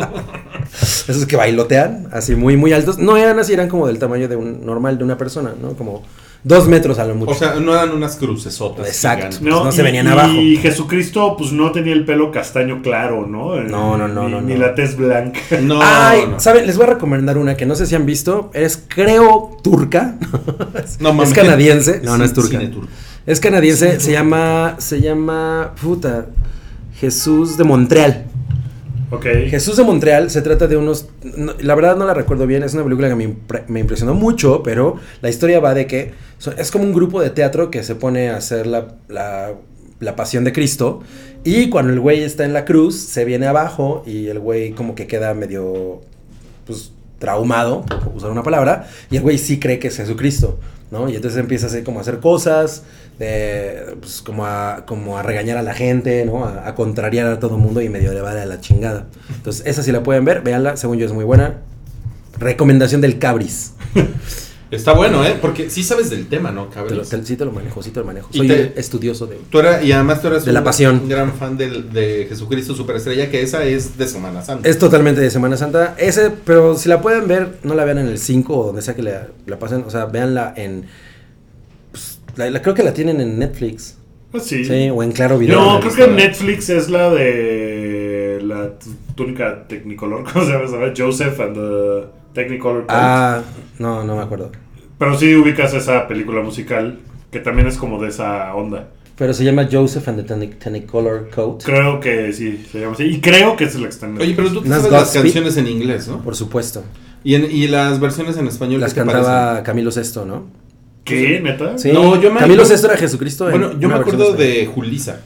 Speaker 2: esos que bailotean, así muy, muy altos. No eran así, eran como del tamaño de un normal de una persona, ¿no? Como dos metros a lo mucho.
Speaker 5: O sea, no eran unas crucesotas.
Speaker 2: Exacto.
Speaker 5: gigantes.
Speaker 2: Pues no se venían
Speaker 3: y,
Speaker 2: abajo.
Speaker 3: Y Jesucristo, pues no tenía el pelo castaño claro, ¿no? Eh,
Speaker 2: No, no, no,
Speaker 3: Ni,
Speaker 2: no,
Speaker 3: ni
Speaker 2: no.
Speaker 3: la tez blanca.
Speaker 5: No,
Speaker 2: Ay,
Speaker 5: no.
Speaker 2: ¿saben? Les voy a recomendar una que no sé si han visto. Es, creo, turca.
Speaker 5: No, mames.
Speaker 2: es canadiense. No, no es
Speaker 5: Cine-
Speaker 2: turca.
Speaker 5: cine turco.
Speaker 2: Es canadiense. Se llama, se llama, puta, Jesús de Montreal.
Speaker 3: Ok.
Speaker 2: Jesús de Montreal se trata de unos... no, la verdad no la recuerdo bien, es una película que me, impre- me impresionó mucho, pero la historia va de que so- es como un grupo de teatro que se pone a hacer la, la- la pasión de Cristo y cuando el güey está en la cruz se viene abajo y el güey como que queda medio pues traumado, por usar una palabra, y el güey sí cree que es Jesucristo, ¿no? Y entonces empieza a hacer como a hacer cosas, de, pues, como, a, como a regañar a la gente, ¿no? A, a contrariar a todo mundo y medio elevar a la chingada. Entonces, esa sí la pueden ver, véanla, según yo es muy buena. Recomendación del Cabris.
Speaker 5: Está bueno, ¿eh? Porque sí sabes del tema, ¿no,
Speaker 2: Te lo,
Speaker 5: cabrón?
Speaker 2: te- sí te lo manejo, sí te lo manejo.
Speaker 5: Y
Speaker 2: Soy
Speaker 5: te-
Speaker 2: un estudioso de...
Speaker 5: Tú eras, y además tú eras
Speaker 2: De la
Speaker 5: un
Speaker 2: pasión.
Speaker 5: gran fan del, de Jesucristo Superestrella, que esa es de Semana Santa.
Speaker 2: Es totalmente de Semana Santa. Ese, pero si la pueden ver, no la vean en el 5 o donde sea que la, la pasen. O sea, véanla en... pues, la- la- creo que la tienen en Netflix.
Speaker 3: Ah, sí.
Speaker 2: Sí, o en Claro Video.
Speaker 3: no,
Speaker 2: ¿no?
Speaker 3: creo que Netflix es la de la t- túnica Technicolor, ¿cómo se llama esa madre? Joseph and the Technicolor. Palette.
Speaker 2: Ah, no, no me acuerdo.
Speaker 3: Pero sí ubicas esa película musical que también es como de esa onda.
Speaker 2: Pero se llama Joseph and the Techni- Technicolor Coat.
Speaker 3: Creo que sí, se llama así. Y creo que es el extended.
Speaker 5: Oye, pero tú te
Speaker 2: Nas
Speaker 5: sabes las
Speaker 2: Godspeed.
Speaker 5: canciones en inglés, ¿no?
Speaker 2: Por supuesto.
Speaker 5: Y, en- y las versiones en español.
Speaker 2: Las
Speaker 5: ¿qué te
Speaker 2: cantaba Camilo Sesto, ¿no?
Speaker 3: ¿Qué? ¿Neta?
Speaker 2: Sí.
Speaker 5: Ah. No, yo me-
Speaker 2: Camilo
Speaker 5: yo-
Speaker 2: Sesto era Jesucristo. en
Speaker 5: parecen? Bueno, yo
Speaker 2: una
Speaker 5: me
Speaker 2: versión
Speaker 5: acuerdo
Speaker 2: española.
Speaker 5: de Julisa.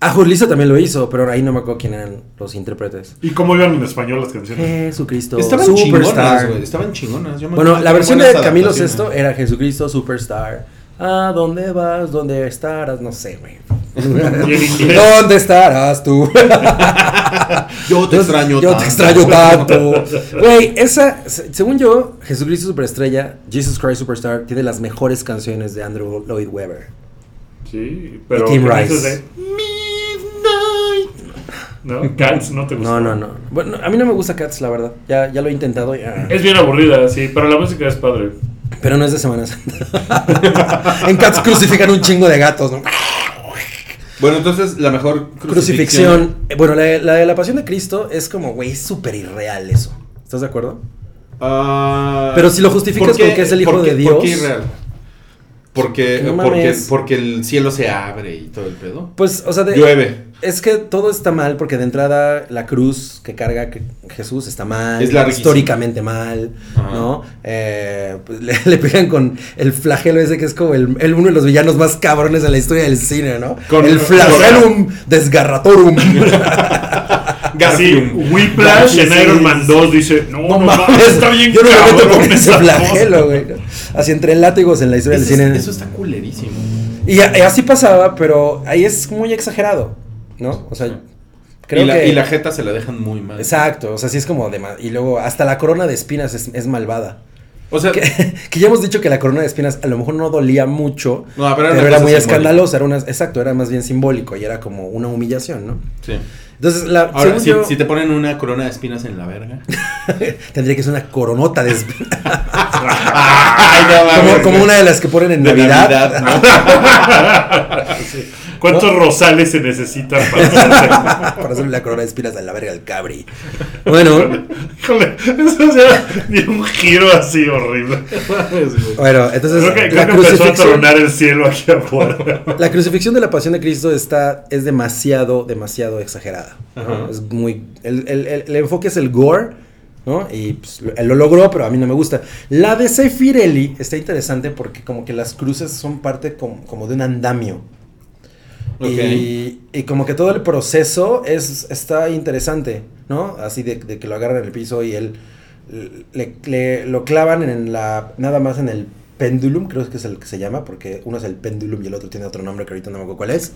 Speaker 2: Ah, Julissa también lo hizo, pero ahí no me acuerdo quién eran los intérpretes.
Speaker 3: ¿Y cómo iban en español las canciones?
Speaker 2: Jesucristo
Speaker 5: Estaban
Speaker 2: Superstar.
Speaker 5: chingonas, güey. Estaban chingonas. Yo me
Speaker 2: Bueno,
Speaker 5: acuerdo
Speaker 2: la
Speaker 5: que
Speaker 2: versión de
Speaker 5: buenas
Speaker 2: Camilo
Speaker 5: adaptaciones.
Speaker 2: Sesto era Jesucristo Superstar. ¿A dónde vas? ¿Dónde estarás? No sé, güey.
Speaker 3: Y en inglés.
Speaker 2: ¿Dónde estarás tú?
Speaker 5: Yo te extraño
Speaker 2: Yo
Speaker 5: tanto.
Speaker 2: te extraño tanto. Güey, esa, se- según yo, Jesucristo Superestrella, Jesus Christ Superstar, tiene las mejores canciones de Andrew Lloyd Webber.
Speaker 3: Sí, pero.
Speaker 2: Y Tim
Speaker 3: ¿qué
Speaker 2: Rice.
Speaker 3: dices de Midnight? ¿No? Cats no te gusta.
Speaker 2: No, no, no. Bueno, a mí no me gusta Cats, la verdad. Ya, ya lo he intentado. ya.
Speaker 3: Es bien aburrida, sí, pero la música es padre.
Speaker 2: Pero no es de Semana Santa. en Cats crucifican un chingo de gatos, ¿no?
Speaker 5: Bueno, entonces la mejor
Speaker 2: Crucifixión. Eh, Bueno, la de la, de la pasión de Cristo es como, güey, es súper irreal eso. ¿Estás de acuerdo?
Speaker 5: Ah,
Speaker 2: Pero si lo justificas
Speaker 5: ¿por qué-
Speaker 2: con que es el hijo
Speaker 5: por qué-
Speaker 2: de
Speaker 5: ¿Por qué
Speaker 2: Dios?
Speaker 5: irreal? Porque,
Speaker 2: No
Speaker 5: porque,
Speaker 2: mames.
Speaker 5: porque el cielo se abre y todo el pedo.
Speaker 2: Pues, o sea, de,
Speaker 5: Llueve.
Speaker 2: es que todo está mal porque de entrada la cruz que carga que- Jesús está mal,
Speaker 5: Es larguísima.
Speaker 2: históricamente mal,
Speaker 5: Ajá.
Speaker 2: ¿no? Eh, pues, le, le pegan con el flagelo ese que es como el, el- uno de los villanos más cabrones de la historia del cine, ¿no?
Speaker 3: Con-
Speaker 2: el flagelum desgarratorum.
Speaker 3: Así,
Speaker 5: Garfium.
Speaker 3: Whiplash
Speaker 2: Garfium,
Speaker 3: en
Speaker 2: Ah, sí,
Speaker 3: Iron Man
Speaker 2: sí.
Speaker 3: 2 dice: No, no, mames, está bien
Speaker 2: Yo no me meto
Speaker 3: cabrón
Speaker 2: con ese
Speaker 3: esa
Speaker 2: flagelo, güey. ¿no? Así entre látigos en la historia
Speaker 5: Ese-
Speaker 2: del cine.
Speaker 5: eso está culerísimo.
Speaker 2: Y, a- y así pasaba, pero ahí es muy exagerado, ¿no? O sea, creo
Speaker 5: y, la,
Speaker 2: que...
Speaker 5: y la jeta se la dejan muy mal.
Speaker 2: Exacto, o sea, sí es como de... ma- Y luego hasta la corona de espinas es, es malvada.
Speaker 5: O sea,
Speaker 2: Que, que ya hemos dicho que la corona de espinas a lo mejor no dolía mucho,
Speaker 5: No,
Speaker 2: pero,
Speaker 5: pero
Speaker 2: era
Speaker 5: era una cosa
Speaker 2: muy
Speaker 5: simbólica.
Speaker 2: escandalosa, era una, exacto, era más bien simbólico y era como una humillación, ¿no?
Speaker 5: sí.
Speaker 2: Entonces, la,
Speaker 5: Ahora,
Speaker 2: según
Speaker 5: si,
Speaker 2: yo,
Speaker 5: si te ponen una corona de espinas en la verga.
Speaker 2: tendría que ser una coronota de espinas,
Speaker 5: Ay, no mames.
Speaker 2: como, como una de las que ponen en
Speaker 5: De
Speaker 2: Navidad.
Speaker 5: Navidad,
Speaker 3: ¿Cuántos rosales se necesitan para hacer?
Speaker 2: Para hacerle la corona de espinas a la verga al cabri. Bueno,
Speaker 3: Híjole, eso ya dio un giro así horrible.
Speaker 2: bueno, entonces
Speaker 3: Creo que, creo
Speaker 2: la
Speaker 3: que empezó a
Speaker 2: crucifixión-
Speaker 3: tronar el cielo aquí afuera.
Speaker 2: La crucifixión de la pasión de Cristo está, es demasiado, demasiado exagerada. ¿no?
Speaker 5: Ajá.
Speaker 2: Es muy. El, el- el- el enfoque es el gore, ¿no? Y pues, lo, lo logró, pero a mí no me gusta. La de Sefirelli está interesante porque, como que las cruces son parte como, como de un andamio.
Speaker 5: ¿no? Ok.
Speaker 2: Y, y como que todo el proceso es, está interesante, ¿no? Así de, de que lo agarran en el piso y él le, le- lo clavan en la nada más en el pendulum, creo que es el que se llama, porque uno es el pendulum y el otro tiene otro nombre que ahorita no me acuerdo cuál es.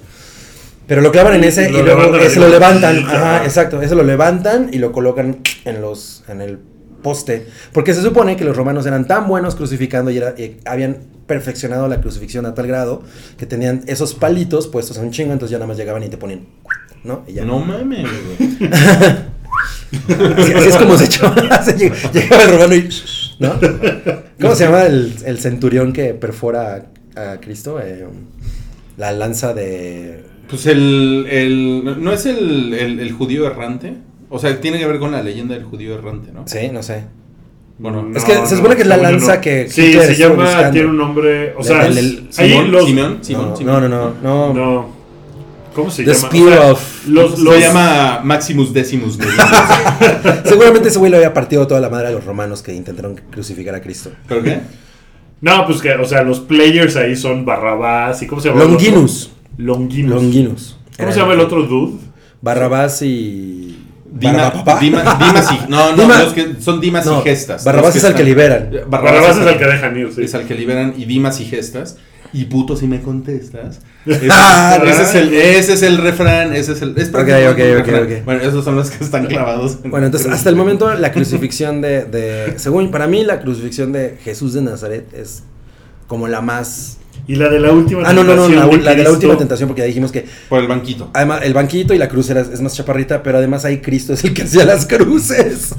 Speaker 2: Pero lo clavan en ese
Speaker 3: Y
Speaker 2: y,
Speaker 3: lo
Speaker 2: luego
Speaker 3: levantan
Speaker 2: ese lo
Speaker 3: arriba.
Speaker 2: levantan,
Speaker 3: Ajá.
Speaker 2: ajá, exacto, ese lo levantan y lo colocan en los en el poste, porque se supone que los romanos eran tan buenos crucificando y, era- y habían perfeccionado la crucifixión a tal grado que tenían esos palitos puestos a un chingo, entonces ya nada más llegaban y te ponían, ¿no? Y ya.
Speaker 5: No mames, güey.
Speaker 2: Así, así es como se echaba. así lleg- llegaba el romano y. ¿No? ¿Cómo se llama el, el centurión que perfora a, a Cristo? Eh, la lanza de.
Speaker 5: Pues el. el ¿No es el, el, el judío errante? O sea, tiene que ver con la leyenda del judío errante, ¿no?
Speaker 2: Sí, no sé.
Speaker 5: Bueno,
Speaker 2: Es que se supone que es la
Speaker 3: según yo
Speaker 2: lanza que
Speaker 3: Sí,
Speaker 2: Hitler
Speaker 3: se
Speaker 2: estuvo
Speaker 3: llama.
Speaker 2: buscando.
Speaker 3: Tiene un nombre. O
Speaker 2: La-
Speaker 3: sea,
Speaker 2: el- el-
Speaker 3: ahí
Speaker 5: Simón,
Speaker 3: los.
Speaker 5: Simeón, Simón,
Speaker 2: no,
Speaker 5: Simón.
Speaker 2: no, no, no, no.
Speaker 3: No. ¿Cómo se
Speaker 2: The
Speaker 3: llama?
Speaker 2: Spear
Speaker 3: O sea,
Speaker 2: of-
Speaker 3: Los,
Speaker 5: Lo
Speaker 3: los-
Speaker 5: llama Maximus Decimus. güey.
Speaker 2: Seguramente ese güey le había partido toda la madre a los romanos que intentaron crucificar a Cristo.
Speaker 5: ¿Pero qué?
Speaker 3: No, pues que, o sea, los players ahí son Barrabás y ¿cómo se llama? el otro?
Speaker 2: Longinus.
Speaker 3: Longinus.
Speaker 2: Longinus.
Speaker 3: ¿Cómo
Speaker 2: Era
Speaker 3: se llama el otro dude?
Speaker 2: Barrabás y.
Speaker 5: Dima,
Speaker 2: Barrapapá.
Speaker 5: Dima- Dimas y... No, no,
Speaker 2: Dima-
Speaker 5: los que son Dimas
Speaker 2: No,
Speaker 5: y Gestas.
Speaker 2: Barrabás
Speaker 5: Los
Speaker 2: es al
Speaker 5: están-
Speaker 2: que liberan.
Speaker 5: Eh,
Speaker 3: Barrabás es el que dejan ir, sí.
Speaker 5: Es al que liberan y Dimas y Gestas. Y puto si me contestas. Ese,
Speaker 2: Ah,
Speaker 5: ese es el, ese es el refrán, ese es el... Es prácticamente
Speaker 2: ok,
Speaker 5: un
Speaker 2: ok,
Speaker 5: refrán.
Speaker 2: ok.
Speaker 5: Bueno, esos son los que están clavados. en-
Speaker 2: Bueno, entonces hasta el
Speaker 3: Este,
Speaker 2: momento la crucifixión de, de- según para mí la crucifixión de Jesús de Nazaret es como la más
Speaker 3: Y la de la última
Speaker 2: ah no no no la,
Speaker 3: tentación
Speaker 2: la de la
Speaker 3: Cristo.
Speaker 2: última tentación porque ya dijimos que
Speaker 5: Por el banquito.
Speaker 2: además el banquito y la cruz era- es más chaparrita pero además ahí Cristo es el que hacía las cruces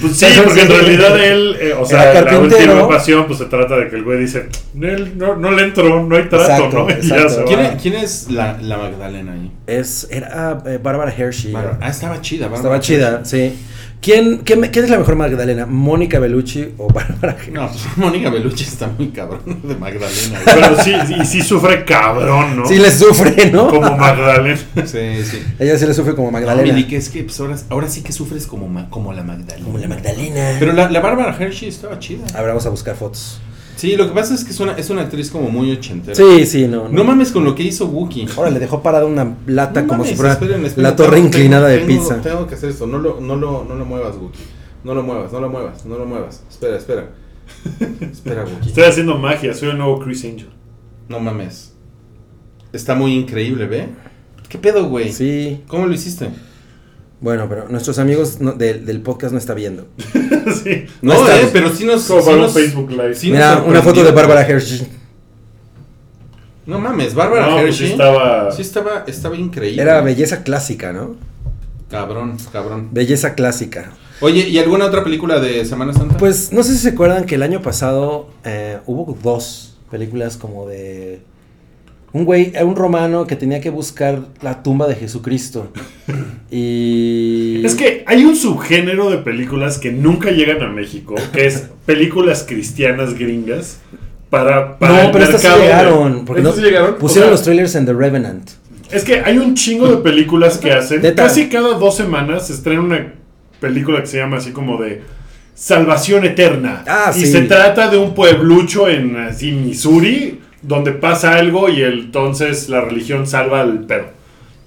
Speaker 3: Pues sí,
Speaker 2: Entonces,
Speaker 3: porque en
Speaker 2: sí,
Speaker 3: realidad
Speaker 2: sí.
Speaker 3: él, eh, o
Speaker 2: Era
Speaker 3: sea, la
Speaker 2: carpintero.
Speaker 3: última pasión, pues se trata de que el güey dice, "Nel, no, no le entro, no hay trato,
Speaker 2: Exacto,
Speaker 3: ¿no? Y ya
Speaker 2: exacto.
Speaker 3: se va.
Speaker 5: ¿Quién, es- quién es la, la Magdalena ahí?
Speaker 2: es era eh, Bárbara Hershey
Speaker 5: Bárbara- Ah, estaba chida. Bárbara.
Speaker 2: estaba chida sí quién qué me- quién es la mejor Magdalena Mónica Bellucci o Bárbara Hershey
Speaker 5: No, pues Mónica Bellucci está muy cabrón de Magdalena. güey.
Speaker 3: Pero sí, y sí sufre cabrón, ¿no?
Speaker 2: sí le sufre no
Speaker 3: Como Magdalena.
Speaker 5: Sí, sí.
Speaker 2: ella sí le sufre como
Speaker 5: Magdalena.
Speaker 2: Magdalena
Speaker 5: es que pues, ahora, ahora sí que sufres como, ma- como la Magdalena.
Speaker 2: como la Magdalena
Speaker 5: Pero la, la Bárbara Hershey estaba chida.
Speaker 2: a ver vamos a buscar fotos
Speaker 5: Sí, lo que pasa es que es una, es una actriz como muy ochentera.
Speaker 2: Sí, sí, no.
Speaker 5: No mames con lo que hizo Wookiee.
Speaker 2: Ahora le dejó parada una lata
Speaker 5: No
Speaker 2: como
Speaker 5: mames,
Speaker 2: si fuera
Speaker 5: esperen, esperen,
Speaker 2: la torre
Speaker 5: tengo-
Speaker 2: inclinada de
Speaker 5: tengo-
Speaker 2: pizza.
Speaker 5: Tengo que hacer esto, no lo, no lo, no lo muevas, Wookie. No lo muevas, no lo muevas, no lo muevas. Espera, espera. espera, Wookie.
Speaker 3: Estoy haciendo magia, soy el nuevo Chris Angel.
Speaker 5: No mames. Está muy increíble, ¿ve? ¿Qué pedo, güey?
Speaker 2: Sí.
Speaker 5: ¿Cómo lo hiciste?
Speaker 2: Bueno, pero nuestros amigos no- del- del podcast no está viendo.
Speaker 3: sí.
Speaker 5: No,
Speaker 2: está-
Speaker 5: eh, pero sí nos...
Speaker 3: Como
Speaker 5: sí
Speaker 3: para un
Speaker 5: nos-
Speaker 3: Facebook Live.
Speaker 5: sí nos
Speaker 2: Mira, una
Speaker 5: sorprendió.
Speaker 2: foto de Bárbara Hershey.
Speaker 5: No mames, Bárbara
Speaker 3: No, pues
Speaker 5: Hershey.
Speaker 3: sí estaba-
Speaker 5: sí estaba, estaba increíble.
Speaker 2: Era belleza clásica, ¿no?
Speaker 5: Cabrón, cabrón.
Speaker 2: Belleza clásica.
Speaker 5: Oye, ¿y alguna otra película de Semana Santa?
Speaker 2: Pues no sé si se acuerdan que el año pasado eh, hubo dos películas como de un güey, eh, un romano que tenía que buscar la tumba de Jesucristo. y
Speaker 3: Es que hay un subgénero de películas que nunca llegan a México, que es películas cristianas gringas para, para
Speaker 2: no, pero estas sí
Speaker 3: mercado de-
Speaker 2: llegaron, porque no,
Speaker 3: ¿Estas sí llegaron?
Speaker 2: pusieron
Speaker 3: O sea,
Speaker 2: los trailers en The Revenant.
Speaker 3: Es que hay un chingo de películas que hacen.
Speaker 2: Neta.
Speaker 3: Casi cada dos semanas se estrena una película que se llama así como de Salvación Eterna.
Speaker 2: Ah,
Speaker 3: y
Speaker 2: sí.
Speaker 3: se trata de un pueblucho en así Missouri donde pasa algo y entonces la religión salva al perro.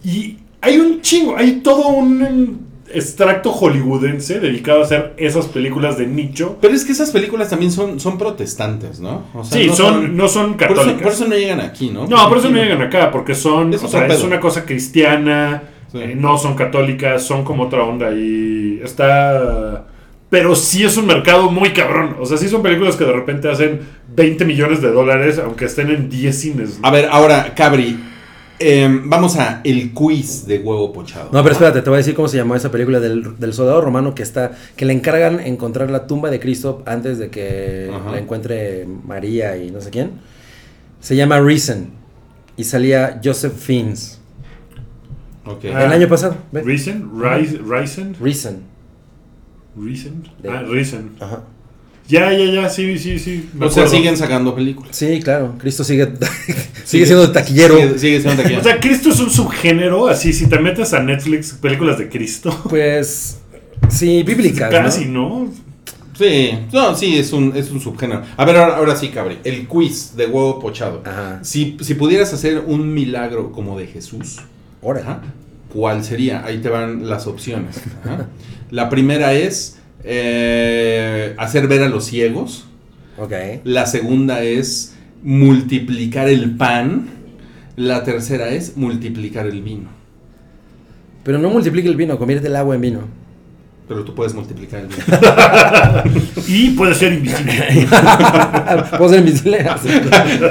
Speaker 3: Y hay un chingo, hay todo un em, extracto hollywoodense dedicado a hacer esas películas de nicho.
Speaker 5: Pero es que esas películas también son, son protestantes, ¿no? O sea,
Speaker 3: sí,
Speaker 5: no
Speaker 3: son, no son
Speaker 5: por,
Speaker 3: católicas.
Speaker 5: eso, por eso no llegan aquí, ¿no?
Speaker 3: No, por eso no llegan acá, porque son,
Speaker 5: Es
Speaker 3: o
Speaker 5: otro
Speaker 3: sea, es
Speaker 5: pedo.
Speaker 3: una cosa cristiana,
Speaker 5: Sí.
Speaker 3: eh, no son católicas, son como otra onda ahí. Está. Pero sí es un mercado muy cabrón. O sea, sí son películas que de repente hacen 20 millones de dólares, aunque estén en 10 cines.
Speaker 5: A ver, ahora, Cabri, em, vamos a el quiz de huevo pochado.
Speaker 2: No, pero espérate, te voy a decir cómo se llamó esa película del, del soldado romano que está que le encargan encontrar la tumba de Cristo antes de que
Speaker 5: Ajá.
Speaker 2: la encuentre María y no sé quién. Se llama Reason y salía Joseph Fiennes
Speaker 5: Ok.
Speaker 3: Ah.
Speaker 2: el año pasado. ¿ve?
Speaker 3: ¿Reason? Rise- ¿Risen?
Speaker 2: Reason.
Speaker 3: ¿Risen?
Speaker 2: De-
Speaker 3: Ah, Risen.
Speaker 2: Ajá.
Speaker 3: Ya, ya, ya, sí, sí, sí. me
Speaker 5: o sea,
Speaker 3: acuerdo.
Speaker 5: siguen sacando películas.
Speaker 2: Sí, claro. Cristo sigue sigue, siendo taquillero.
Speaker 5: Sigue, sigue siendo
Speaker 3: O
Speaker 5: taquillero.
Speaker 3: sea, Cristo es un subgénero, así, si te metes a Netflix, películas de Cristo.
Speaker 2: Pues sí, bíblicas, ¿no?
Speaker 3: Casi, ¿no?
Speaker 5: sí, no, sí, es un, es un subgénero. A ver, ahora, ahora sí, Cabri, el quiz de huevo pochado.
Speaker 2: Ajá.
Speaker 5: Si, si pudieras hacer un milagro como de Jesús,
Speaker 2: Órale.
Speaker 5: Ajá. ¿Cuál sería? Ahí te van las opciones. Ajá. La primera es eh, hacer ver a los ciegos.
Speaker 2: Ok.
Speaker 5: La segunda es multiplicar el pan. La tercera es multiplicar el vino.
Speaker 2: Pero no multiplique el vino, convierte el agua en vino.
Speaker 5: Pero tú puedes multiplicar el vino.
Speaker 3: Y puede ser invisible.
Speaker 2: Puedo ser invisible.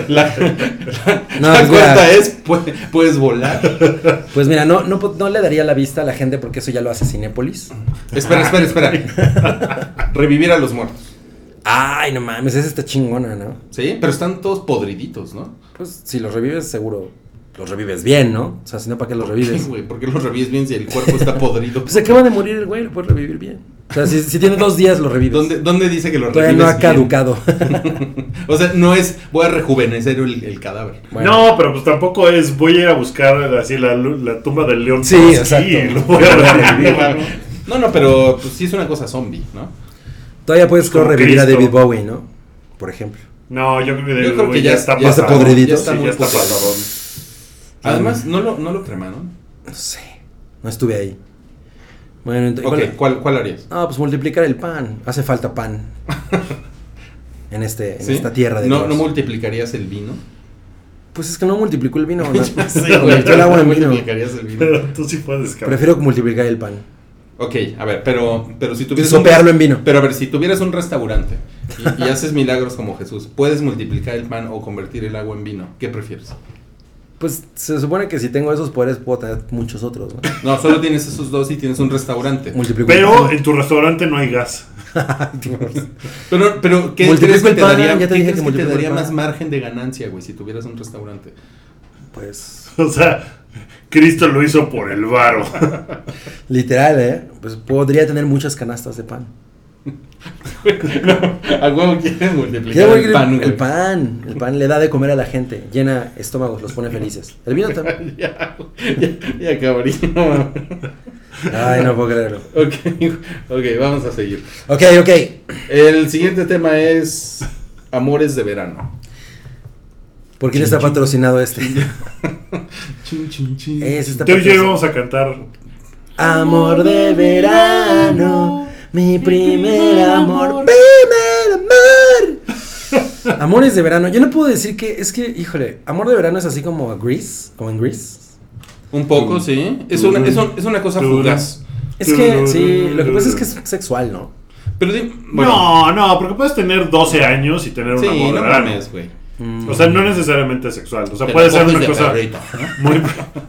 Speaker 5: La,
Speaker 2: No, pues
Speaker 5: la
Speaker 2: es
Speaker 5: cuarta
Speaker 2: verdad.
Speaker 5: es pu- puedes volar.
Speaker 2: Pues mira, no, no, po- no le daría la vista a la gente porque eso ya lo hace Cinépolis.
Speaker 5: Espera, espera, espera. Revivir a los muertos.
Speaker 2: Ay, no mames, esa está chingona, ¿no?
Speaker 5: ¿Sí? Pero están todos podriditos, ¿no?
Speaker 2: Pues si los revives, seguro los revives bien, ¿no? O sea, si no, ¿para qué los revives?
Speaker 5: Güey, ¿Por qué los revives bien si el cuerpo está podrido?
Speaker 2: Pues acaba de morir el güey, lo puedes revivir bien. O sea, si, si tiene dos días, lo revives.
Speaker 5: ¿Dónde, dónde dice que los
Speaker 2: Todavía no ha
Speaker 5: revives bien?
Speaker 2: caducado.
Speaker 5: O sea, no es voy a rejuvenecer el, el cadáver.
Speaker 2: Bueno,
Speaker 3: No, pero pues tampoco es voy a ir a buscar así la, lu- la tumba del león.
Speaker 2: Sí,
Speaker 3: Trotsky
Speaker 2: exacto.
Speaker 3: y lo voy a revivir, ¿no?
Speaker 5: No, no, pero pues, sí es una cosa zombie, ¿no?
Speaker 2: Todavía puedes creo,
Speaker 3: Como
Speaker 2: revivir a
Speaker 3: Cristo.
Speaker 2: David Bowie, ¿no? Por ejemplo.
Speaker 3: No, yo creo que,
Speaker 5: Yo creo
Speaker 3: güey,
Speaker 5: que ya,
Speaker 3: está
Speaker 5: ya
Speaker 2: está
Speaker 3: pasado.
Speaker 2: podridito.
Speaker 5: Ya está
Speaker 3: Sí,
Speaker 5: muy
Speaker 3: ya está
Speaker 5: podrido.
Speaker 3: pasadón.
Speaker 5: Además, ¿no lo, no lo cremaron?
Speaker 2: No sé. No estuve ahí. Bueno, entonces.
Speaker 5: Ok, ¿cuál, cuál harías?
Speaker 2: Ah, pues multiplicar el pan. Hace falta pan. en este, en
Speaker 5: ¿Sí?
Speaker 2: esta tierra de
Speaker 5: ¿No,
Speaker 2: Dios.
Speaker 5: ¿No multiplicarías el vino?
Speaker 2: Pues es que no multiplicó el vino. ¿no?
Speaker 5: Ya sé, güey,
Speaker 2: Convirtió el agua en
Speaker 5: ¿no
Speaker 2: vino.
Speaker 5: multiplicarías el vino?
Speaker 3: Pero tú sí puedes, cabrón.
Speaker 2: Prefiero multiplicar el pan.
Speaker 5: Ok, a ver, pero, pero si
Speaker 2: Y
Speaker 5: tuvieras... un-
Speaker 2: sopearlo en vino.
Speaker 5: Pero a ver, si tuvieras un restaurante y, y haces milagros como Jesús, ¿puedes multiplicar el pan o convertir el agua en vino? ¿Qué prefieres?
Speaker 2: Pues se supone que si tengo esos poderes puedo tener muchos otros. ¿no?
Speaker 5: No, solo tienes esos dos y tienes un restaurante.
Speaker 2: Multiplico
Speaker 3: Pero
Speaker 2: el
Speaker 3: en tu restaurante no hay gas.
Speaker 2: pan.
Speaker 5: Pero, pero ¿qué
Speaker 2: Multiplico
Speaker 5: crees que
Speaker 2: el
Speaker 5: te
Speaker 2: pan,
Speaker 5: daría,
Speaker 2: ya te
Speaker 5: qué
Speaker 2: dije
Speaker 5: crees
Speaker 2: que
Speaker 5: que te
Speaker 2: multiplico el
Speaker 5: daría
Speaker 2: pan.
Speaker 5: más margen de ganancia, güey, si tuvieras un restaurante?
Speaker 2: pues
Speaker 3: O sea, Cristo lo hizo por el varo.
Speaker 2: literal, ¿eh? Pues podría tener muchas canastas de pan.
Speaker 5: no, a huevo quieres multiplicar
Speaker 2: Ya voy a-
Speaker 5: el pan, güey.
Speaker 2: el pan, el pan le da de comer a la gente, llena estómagos, los pone felices. El vino también.
Speaker 5: ya, ya, ya cabrí, no mames.
Speaker 2: Ay, no puedo creerlo.
Speaker 5: Ok, ok, vamos a seguir.
Speaker 2: Ok, ok.
Speaker 5: El siguiente tema es Amores de verano.
Speaker 2: ¿Por quién está patrocinado este?
Speaker 5: Chin, chin, chin.
Speaker 2: Ese está
Speaker 3: Tú y yo
Speaker 2: patrocinado.
Speaker 3: íbamos a cantar.
Speaker 2: Amor de verano, mi primer amor, primer amor. Amores de verano, yo no puedo decir que, es que, híjole, amor de verano es así como Grease, como en Grease.
Speaker 5: Un poco, sí. Es una, es un- es una cosa
Speaker 3: Turun.
Speaker 5: fugaz.
Speaker 2: Es que, sí, lo que pasa es que es sexual, ¿no?
Speaker 5: Pero di- bueno,
Speaker 3: No, no, porque puedes tener 12 años y tener un amor
Speaker 5: sí,
Speaker 3: de
Speaker 5: no
Speaker 3: verano.
Speaker 5: mames, güey.
Speaker 3: O sea, no necesariamente sexual. O sea,
Speaker 5: Te
Speaker 3: puede
Speaker 5: la
Speaker 3: ser
Speaker 5: coges
Speaker 3: una
Speaker 5: de
Speaker 3: cosa
Speaker 5: perrito, ¿no?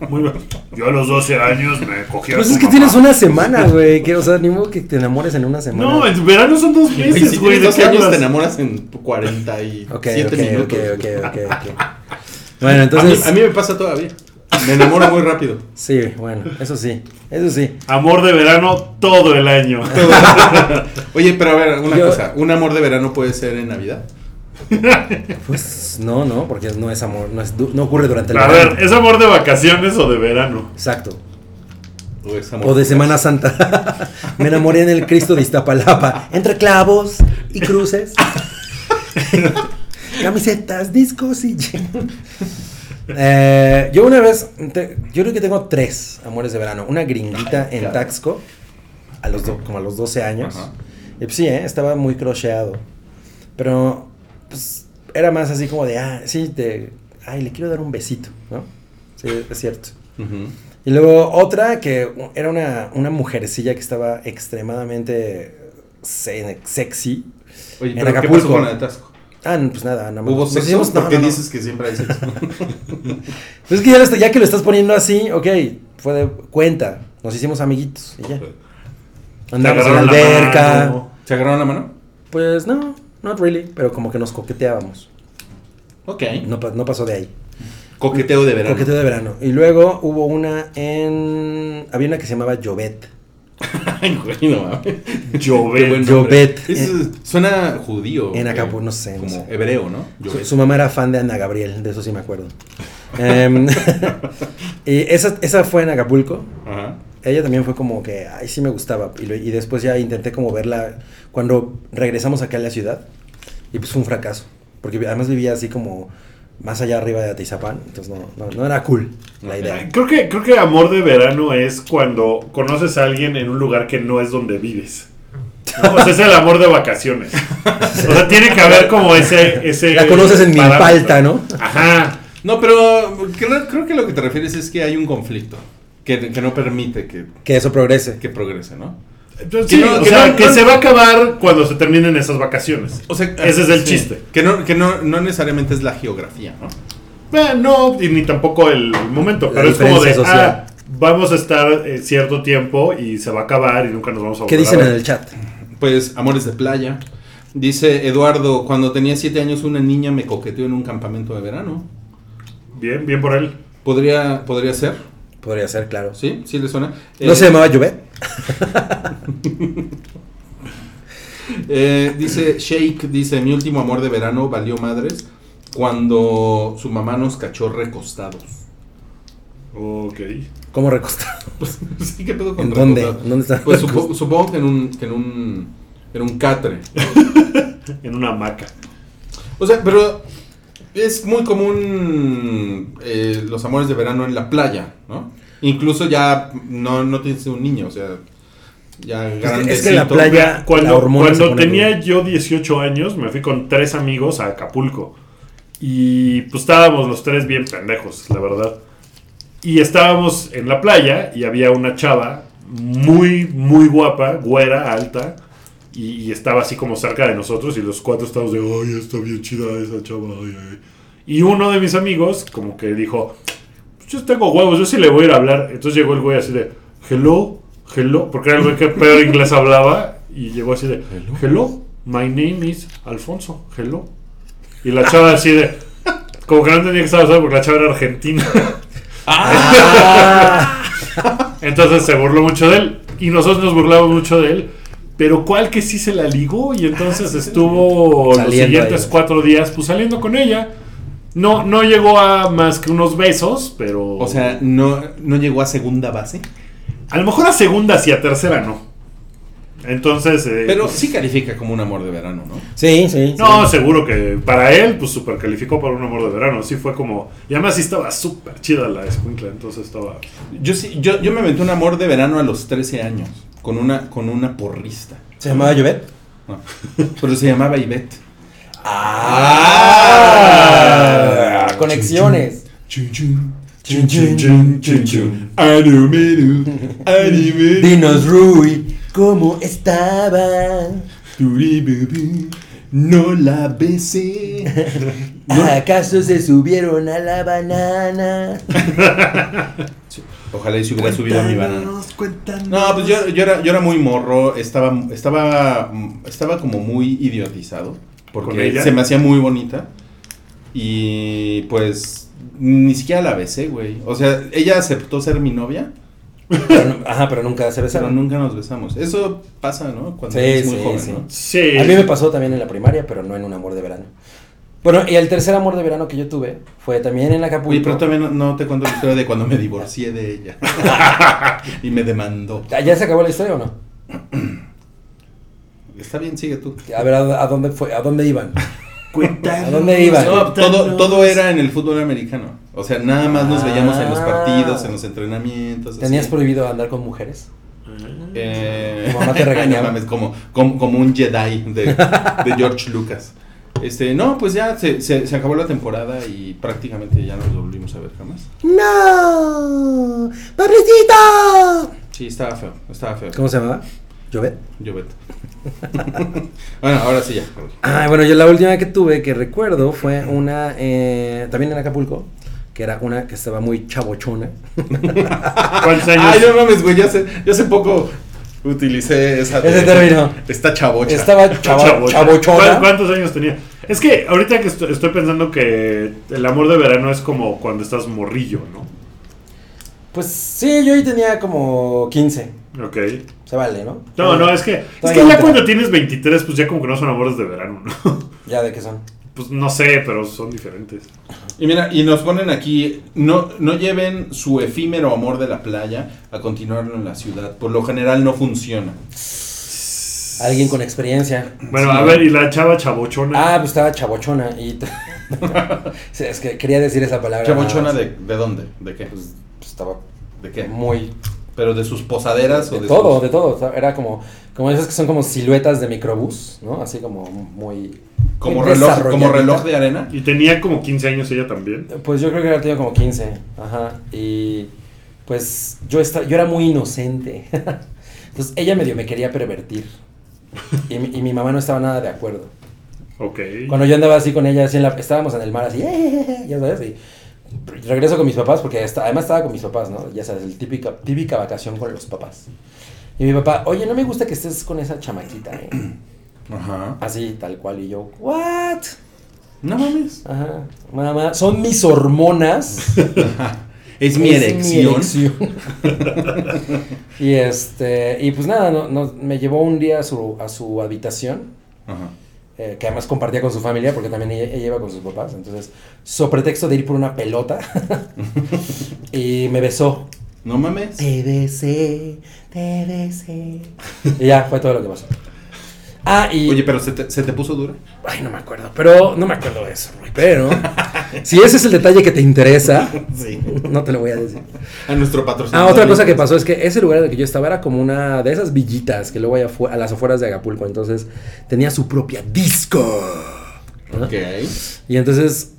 Speaker 3: muy, muy. Yo a los 12 años me cogí a
Speaker 2: Pues
Speaker 3: tu
Speaker 2: es que
Speaker 3: mamá.
Speaker 2: tienes una semana, güey, que, o sea, ni modo que te enamores en una semana.
Speaker 3: No, en verano son dos
Speaker 5: Güey,
Speaker 3: meses,
Speaker 5: si
Speaker 3: güey.
Speaker 5: tienes
Speaker 3: ¿De
Speaker 5: 12
Speaker 3: qué
Speaker 5: años te
Speaker 3: hablas?
Speaker 5: enamoras en 47
Speaker 2: Ok, ok,
Speaker 5: minutos.
Speaker 2: ok,
Speaker 5: güey.
Speaker 2: ok, ok, ok. Bueno, entonces,
Speaker 5: a, mí, a mí me pasa todavía. Me enamoro muy rápido.
Speaker 2: sí, bueno, eso sí, eso sí.
Speaker 3: Amor de verano todo el año.
Speaker 5: Oye, pero a ver, una
Speaker 2: Yo-
Speaker 5: cosa. ¿Un amor de verano puede ser en Navidad?
Speaker 2: Pues no, no, porque no es amor, no, es, du- no ocurre durante el
Speaker 3: A
Speaker 2: verano.
Speaker 3: ver, ¿es amor de vacaciones o de verano?
Speaker 2: Exacto.
Speaker 5: ¿O, es
Speaker 2: O
Speaker 5: amor
Speaker 2: de
Speaker 5: fugaz?
Speaker 2: Semana Santa. Me enamoré en el Cristo de Iztapalapa. Entre clavos y cruces. Camisetas, discos y... Eh, yo una vez, te- yo creo que tengo tres amores de verano. Una gringuita
Speaker 5: Ay,
Speaker 2: en
Speaker 5: claro.
Speaker 2: Taxco, a los do- como a los 12 años.
Speaker 5: Ajá.
Speaker 2: Y pues sí, eh, estaba muy crocheado. Pero pues, era más así como de, ah, sí, te, ay, le quiero dar un besito, ¿no? Sí, es cierto.
Speaker 5: Ujú.
Speaker 2: Y luego otra que u- era una, una mujercilla que estaba extremadamente se- sexy.
Speaker 5: Oye,
Speaker 2: En
Speaker 5: pero ¿qué
Speaker 2: Acapulco.
Speaker 5: pasó con el atasco?
Speaker 2: Ah, no, pues nada, no me-
Speaker 5: ¿Hubo
Speaker 2: nos
Speaker 5: sexo?
Speaker 2: hicimos- no,
Speaker 5: Porque
Speaker 2: no, no.
Speaker 5: dices que siempre hay sexo.
Speaker 2: Pues es que ya, lo está- ya que lo estás poniendo así, ok, fue de cuenta. Nos hicimos amiguitos y ya. Andamos en la
Speaker 3: agarraron la
Speaker 2: alberca.
Speaker 3: mano.
Speaker 5: ¿Se agarraron la mano?
Speaker 2: Pues no, not really, pero como que nos coqueteábamos.
Speaker 5: Ok.
Speaker 2: No, pa- no pasó de ahí.
Speaker 5: Coqueteo de verano.
Speaker 2: Coqueteo de verano. Y luego hubo una en. Había una que se llamaba Jovet.
Speaker 5: Ay, güey, no mames.
Speaker 3: Llover.
Speaker 5: nombre.
Speaker 2: Jovet.
Speaker 5: Es- suena judío.
Speaker 2: Eh, En
Speaker 5: güey.
Speaker 2: Acapulco, no sé, no
Speaker 5: Como
Speaker 2: sé.
Speaker 5: hebreo, ¿no?
Speaker 2: Su, su mamá era fan de Ana Gabriel, de eso sí me acuerdo. Em, y esa, esa fue en Acapulco.
Speaker 5: Ajá.
Speaker 2: Ella también fue como que, ay, sí me gustaba. Y, lo- y después ya intenté como verla cuando regresamos acá a la ciudad. Y pues fue un fracaso. Porque vi- además vivía así como más allá arriba de Atizapán. Entonces no, no, no era cool la idea.
Speaker 3: Creo que, creo que amor de verano es cuando conoces a alguien en un lugar que no es donde vives. No, o sea, es el amor de vacaciones. O sea, tiene que haber como ese. ese
Speaker 2: La conoces en
Speaker 3: parámetro.
Speaker 2: Milpalta, ¿no?
Speaker 3: Ajá.
Speaker 5: No, pero creo, creo que lo que te refieres es que hay un conflicto que, que no permite que,
Speaker 2: Que eso progrese.
Speaker 5: que progrese, ¿no?
Speaker 3: Entonces, sí,
Speaker 5: Que no-
Speaker 3: o
Speaker 5: que
Speaker 3: sea,
Speaker 5: no-
Speaker 3: que
Speaker 5: no-
Speaker 3: se va a acabar cuando se terminen esas vacaciones.
Speaker 5: O sea,
Speaker 2: ah,
Speaker 3: Ese es el
Speaker 5: sí.
Speaker 3: chiste.
Speaker 5: Que no, que no, no necesariamente es la geografía, ¿no?
Speaker 3: Eh, no, y ni tampoco el momento,
Speaker 2: La
Speaker 3: pero es como de,
Speaker 2: diferencia social.
Speaker 3: ah, vamos a estar eh, cierto tiempo y se va a acabar y nunca nos vamos a volver
Speaker 2: ¿Qué
Speaker 3: a
Speaker 2: dicen en
Speaker 3: ver.
Speaker 2: el chat?
Speaker 5: Pues amores de playa. Dice Eduardo, cuando tenía siete años una niña me coqueteó en un campamento de verano.
Speaker 3: Bien, bien por él.
Speaker 5: Podría, podría ser,
Speaker 2: Podría ser, claro.
Speaker 5: ¿sí? ¿Sí le suena?
Speaker 2: ¿No
Speaker 5: Eh,
Speaker 2: se llamaba Jovet?
Speaker 5: eh, dice Shake, dice, mi último amor de verano valió madres cuando su mamá nos cachó recostados.
Speaker 3: Ok.
Speaker 2: ¿Cómo recostado?
Speaker 5: Pues, Sí, ¿qué pedo con
Speaker 2: ¿En dónde?
Speaker 5: recostados?
Speaker 2: ¿Dónde está?
Speaker 5: Pues supo- supongo que en un, que en un, en un catre.
Speaker 3: En una hamaca.
Speaker 5: O sea, pero es muy común eh, los amores de verano en la playa, ¿no? Incluso ya no, no tienes un niño, o sea, ya grandecito.
Speaker 2: es que la playa-
Speaker 3: Vea,
Speaker 2: la
Speaker 3: cuando,
Speaker 2: hormona se
Speaker 3: cuando
Speaker 2: pone
Speaker 3: tenía
Speaker 2: dura.
Speaker 3: yo 18 años, me fui con tres amigos a Acapulco. Y pues estábamos los tres bien pendejos, la verdad. Y estábamos en la playa y había una chava muy, muy guapa, güera, alta. Y, y estaba así como cerca de nosotros y los cuatro estábamos de, ay, está bien chida esa chava. ay, ay". Y uno de mis amigos como que dijo, yo tengo huevos, yo sí le voy a ir a hablar. Entonces llegó el güey así de, hello, hello, porque era el güey que peor inglés hablaba y llegó así de, hello, my name is Alfonso, hello. Y la chava así de, como que no tenía que estar hablando porque la chava era argentina.
Speaker 2: Ah.
Speaker 3: Entonces se burló mucho de él y nosotros nos burlamos mucho de él. Pero cuál que sí se la ligó y entonces estuvo los
Speaker 2: Ah, Saliendo
Speaker 3: siguientes
Speaker 2: ahí.
Speaker 3: cuatro días pues saliendo con ella. No, no llegó a más que unos besos, pero...
Speaker 5: O sea,
Speaker 2: Eh,
Speaker 5: no, no llegó a segunda base.
Speaker 3: A lo mejor a segunda y a tercera no. Entonces. eh,
Speaker 5: Pero
Speaker 3: pues,
Speaker 5: sí califica como un amor de verano, ¿no?
Speaker 2: Sí, sí.
Speaker 3: No, seguro que para él, pues super calificó para un amor de verano. Sí fue como. Y además sí estaba súper chida la escuincla, entonces estaba.
Speaker 5: Yo, sí, yo, yo me aventé un amor de verano a los 13 años con una, con una porrista.
Speaker 2: ¿Se llamaba Llobet?
Speaker 5: No. Pero se llamaba Ivette.
Speaker 2: ¡Ah! Conexiones. Chun, chun, chun, chun, chun.
Speaker 5: Arumeru, arumeru,
Speaker 2: Dinos, Rui, ¿cómo estaba?
Speaker 5: turibubu, No la besé.
Speaker 2: ¿Acaso se subieron a la banana?
Speaker 5: Ojalá y se hubiera subido a mi banana.
Speaker 3: cuéntanos.
Speaker 5: No, pues yo, yo, era, yo era muy morro, estaba, estaba, estaba como muy idiotizado,
Speaker 3: ¿Con
Speaker 5: porque
Speaker 3: ella?
Speaker 5: se me hacía muy bonita. Y pues ni siquiera la besé, güey. O sea, ella aceptó ser mi novia,
Speaker 2: Pero no- ajá, pero nunca se
Speaker 5: pero
Speaker 2: besaron.
Speaker 5: nunca nos besamos. Eso pasa, ¿no? Cuando
Speaker 2: Sí,
Speaker 5: eres muy
Speaker 2: sí,
Speaker 5: joven,
Speaker 2: sí.
Speaker 5: ¿no?
Speaker 3: Sí.
Speaker 2: A mí me pasó también en la primaria, pero no en un amor de verano. Bueno, y el tercer amor de verano que yo tuve fue también en Acapulco.
Speaker 5: Oye, pero también no, no te cuento la historia de cuando me divorcié de ella. y me demandó.
Speaker 2: Ah, ¿Ya se acabó la historia o no?
Speaker 5: Está bien, sigue tú.
Speaker 2: A ver, ¿a, a dónde fue? ¿A dónde iban?
Speaker 3: Cuéntanos.
Speaker 2: ¿A dónde iba?
Speaker 5: No, todo, todo era en el fútbol americano. O sea, nada más nos veíamos en los
Speaker 2: Ah.
Speaker 5: partidos, en los entrenamientos. así.
Speaker 2: ¿Tenías prohibido andar con mujeres?
Speaker 5: Eh,
Speaker 2: Tu mamá te regañaba.
Speaker 5: no mames, como, como, como un Jedi de, de George Lucas. Este, no, pues ya se, se- se acabó la temporada y prácticamente ya no nos volvimos a ver jamás.
Speaker 2: ¡No! ¡Paprecito!
Speaker 5: Sí, estaba feo, estaba feo.
Speaker 2: ¿Cómo se llamaba? ¿Llobet?
Speaker 5: Yo vete. bueno, ahora sí ya.
Speaker 2: Ah, bueno, yo la última que tuve que recuerdo fue una, eh, también en Acapulco, que era una que estaba muy chabochona.
Speaker 3: ¿Cuántos años?
Speaker 5: Ay, no mames, güey, yo hace, yo hace poco utilicé esa
Speaker 2: Ese término.
Speaker 5: Esta chavocha.
Speaker 2: Estaba chava-
Speaker 3: Chabocha. ¿Cuán-
Speaker 2: chabochona.
Speaker 3: ¿Cuántos años tenía? Es que ahorita que estoy, estoy pensando que el amor de verano es como cuando estás morrillo, ¿no?
Speaker 2: Pues sí, yo ahí tenía como 15.
Speaker 3: Ok.
Speaker 2: Se vale, ¿no?
Speaker 3: No, no, es que, es
Speaker 2: Todavía
Speaker 3: que ya
Speaker 2: no.
Speaker 3: cuando tienes 23, pues ya como que no son amores de verano, ¿no?
Speaker 2: ¿Ya de qué son?
Speaker 3: Pues no sé, pero son diferentes.
Speaker 5: Y mira, y nos ponen aquí, no, no lleven su efímero amor de la playa a continuarlo en la ciudad. Por lo general no funciona.
Speaker 2: Alguien con experiencia.
Speaker 3: Bueno,
Speaker 5: Sí.
Speaker 3: a ver, y la chava chabochona.
Speaker 2: Ah, pues estaba chabochona y... Sí, es que quería decir esa palabra. nada
Speaker 5: ¿Chabochona
Speaker 2: más.
Speaker 5: de, de dónde? ¿De qué?
Speaker 2: Pues, pues, estaba
Speaker 5: ¿De qué?
Speaker 2: muy...
Speaker 5: ¿Pero de sus posaderas o
Speaker 2: De
Speaker 5: de
Speaker 2: todo,
Speaker 5: sus-
Speaker 2: de todo. o sea, Era como, como esas que son como siluetas de microbús, ¿no? Así como muy...
Speaker 5: Como
Speaker 2: muy
Speaker 5: reloj, como
Speaker 2: desarrolladita.
Speaker 5: reloj de arena.
Speaker 3: Y tenía como 15 años ella también.
Speaker 2: Pues yo creo que había tenido como 15. Ajá. Y pues yo, esta- yo era muy inocente. Entonces ella medio me quería pervertir. Y, mi- y mi mamá no estaba nada de acuerdo.
Speaker 3: Ok.
Speaker 2: Cuando yo andaba así con ella, así en la- estábamos en el mar, así, "Eh", ya sabes, y regreso con mis papás, porque hasta- además estaba con mis papás, ¿no? Ya sabes, el típica, típica vacación con los papás. Y mi papá, oye, no me gusta que estés con esa chamaquita, ¿eh?
Speaker 5: Ajá.
Speaker 2: Así, tal cual. Y yo, ¿what?
Speaker 5: No mames.
Speaker 2: Ajá, mamá, son mis hormonas.
Speaker 5: Es mi erección.
Speaker 2: erección. y este, y pues nada, no, no- me llevó un día a su, a su habitación,
Speaker 5: Ajá.
Speaker 2: eh, que además compartía con su familia, porque también ella, ella iba con sus papás. Entonces, so pretexto de ir por una pelota, y me besó.
Speaker 5: No mames.
Speaker 2: Te besé, te besé. Y ya, fue todo lo que pasó. Ah, y.
Speaker 5: Oye, pero se te, se te puso dura.
Speaker 2: Ay, no me acuerdo, pero no me acuerdo de eso, Rui, Pero si ese es el detalle que te interesa,
Speaker 5: Sí.
Speaker 2: no te lo voy a decir.
Speaker 5: A nuestro patrocinador.
Speaker 2: Ah, otra cosa que pasó es que ese lugar en el que yo estaba era como una de esas villitas que luego hay afu- a las afueras de Acapulco. Entonces tenía su propia disco. ¿no?
Speaker 5: Ok.
Speaker 2: Y entonces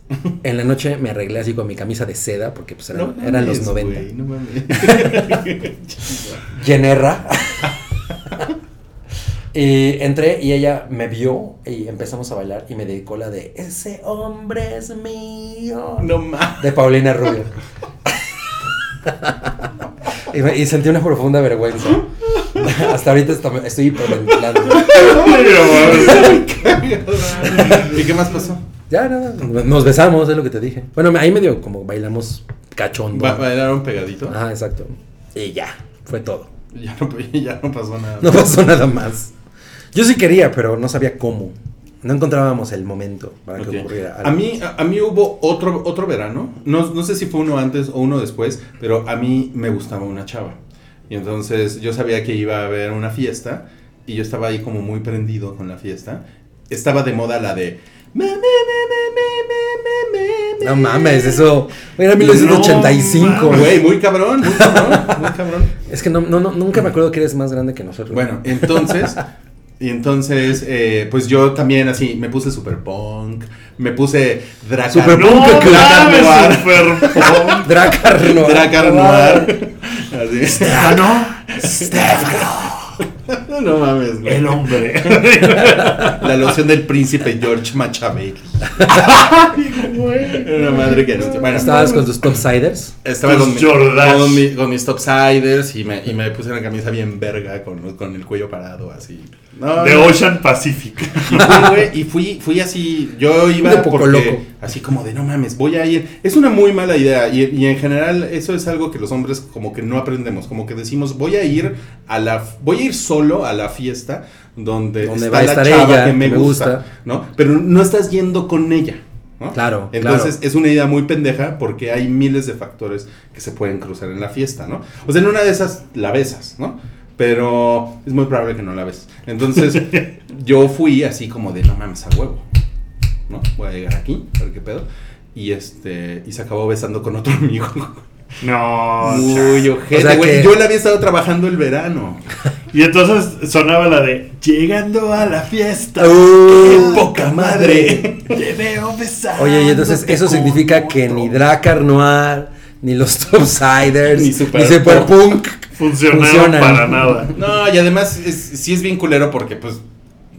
Speaker 2: en la noche me arreglé así con mi camisa de seda porque pues eran,
Speaker 5: No
Speaker 2: eran los
Speaker 5: mames,
Speaker 2: 90.
Speaker 5: güey, no mames.
Speaker 2: Llenerra. y entré y ella me vio y empezamos a bailar y me dedicó la de Ese hombre es mío.
Speaker 5: No mames.
Speaker 2: De Paulina Rubio. y, me- y sentí una profunda vergüenza. Hasta ahorita esto- estoy hiperventilando.
Speaker 5: ¿Y qué más pasó?
Speaker 2: Ya, nada, nos besamos, es lo que te dije. Bueno, ahí medio como bailamos cachondo.
Speaker 5: Ba- ¿Bailaron pegadito?
Speaker 2: Ajá, exacto. Y ya, fue todo.
Speaker 5: Ya no, ya no pasó nada.
Speaker 2: No pasó nada más. Yo sí quería, pero no sabía cómo. No encontrábamos el momento para que
Speaker 5: Ok.
Speaker 2: ocurriera. algo.
Speaker 5: A mí, a, a mí hubo otro, otro verano, no, no sé si fue uno antes o uno después, pero a mí me gustaba una chava. Y entonces yo sabía que iba a haber una fiesta y yo estaba ahí como muy prendido con la fiesta. Estaba de moda la de... "Me, me, me, me, me, me, me, me".
Speaker 2: No mames, eso. Era 1985,
Speaker 3: No
Speaker 2: güey.
Speaker 5: Güey, muy cabrón, muy cabrón, muy cabrón.
Speaker 2: Es que no, no, no, nunca me acuerdo que eres más grande que nosotros.
Speaker 5: Pues Bueno, entonces, y entonces, eh, pues yo también así me puse super punk, me puse Dracar
Speaker 2: Super
Speaker 3: No
Speaker 2: Nunca que-
Speaker 3: mames, Superpunk.
Speaker 2: Dracar no.
Speaker 5: Dracar Noir. Así.
Speaker 3: Ah, no. Stefano,
Speaker 5: No mames, güey.
Speaker 3: el hombre.
Speaker 5: La loción del príncipe George Machiavelli. Una madre que no. Bueno,
Speaker 2: Estabas con tus topsiders.
Speaker 5: estaba
Speaker 3: tus
Speaker 5: con, mi-
Speaker 3: Jordache.
Speaker 5: con, mi- con mis topsiders y me, y me puse una camisa bien verga con, con el cuello parado así. No,
Speaker 3: The
Speaker 5: no.
Speaker 3: Ocean Pacific.
Speaker 5: Y fui, güey, y fui, fui así, yo iba
Speaker 2: De poco
Speaker 5: porque,
Speaker 2: loco.
Speaker 5: así como de no mames, voy a ir. Es una muy mala idea y, y en general eso es algo que los hombres como que no aprendemos, como que decimos voy a ir a la, voy a ir solo a la fiesta donde,
Speaker 2: Donde va
Speaker 5: está
Speaker 2: a
Speaker 5: la
Speaker 2: estar
Speaker 5: chava
Speaker 2: ella,
Speaker 5: que me,
Speaker 2: que me
Speaker 5: gusta,
Speaker 2: gusta.
Speaker 5: ¿no? Pero no estás yendo con ella. ¿no?
Speaker 2: Claro,
Speaker 5: Entonces es una idea muy pendeja porque hay miles de factores que se pueden cruzar en la fiesta, ¿no? O sea, en una de esas la besas, ¿no? Pero es muy probable que no la ves. Entonces, yo fui así como de no mames a huevo. ¿No? Voy a llegar aquí, a ver qué pedo. Y este. Y se acabó besando con otro amigo.
Speaker 3: No.
Speaker 5: Muy
Speaker 2: O sea
Speaker 5: ojete, güey.
Speaker 2: que-
Speaker 5: Yo le había estado trabajando el verano.
Speaker 3: Y entonces sonaba la de Llegando a la fiesta.
Speaker 2: Uh.
Speaker 3: ¡Qué poca madre! Te veo besando.
Speaker 2: Oye, y entonces eso significa que ni Dracar Noir, ni los topsiders,
Speaker 5: Ni
Speaker 2: ni
Speaker 5: Super
Speaker 2: Superpunk.
Speaker 3: Funcionaron
Speaker 2: funcionan.
Speaker 3: para nada.
Speaker 5: No, y además es, sí es bien culero porque, pues,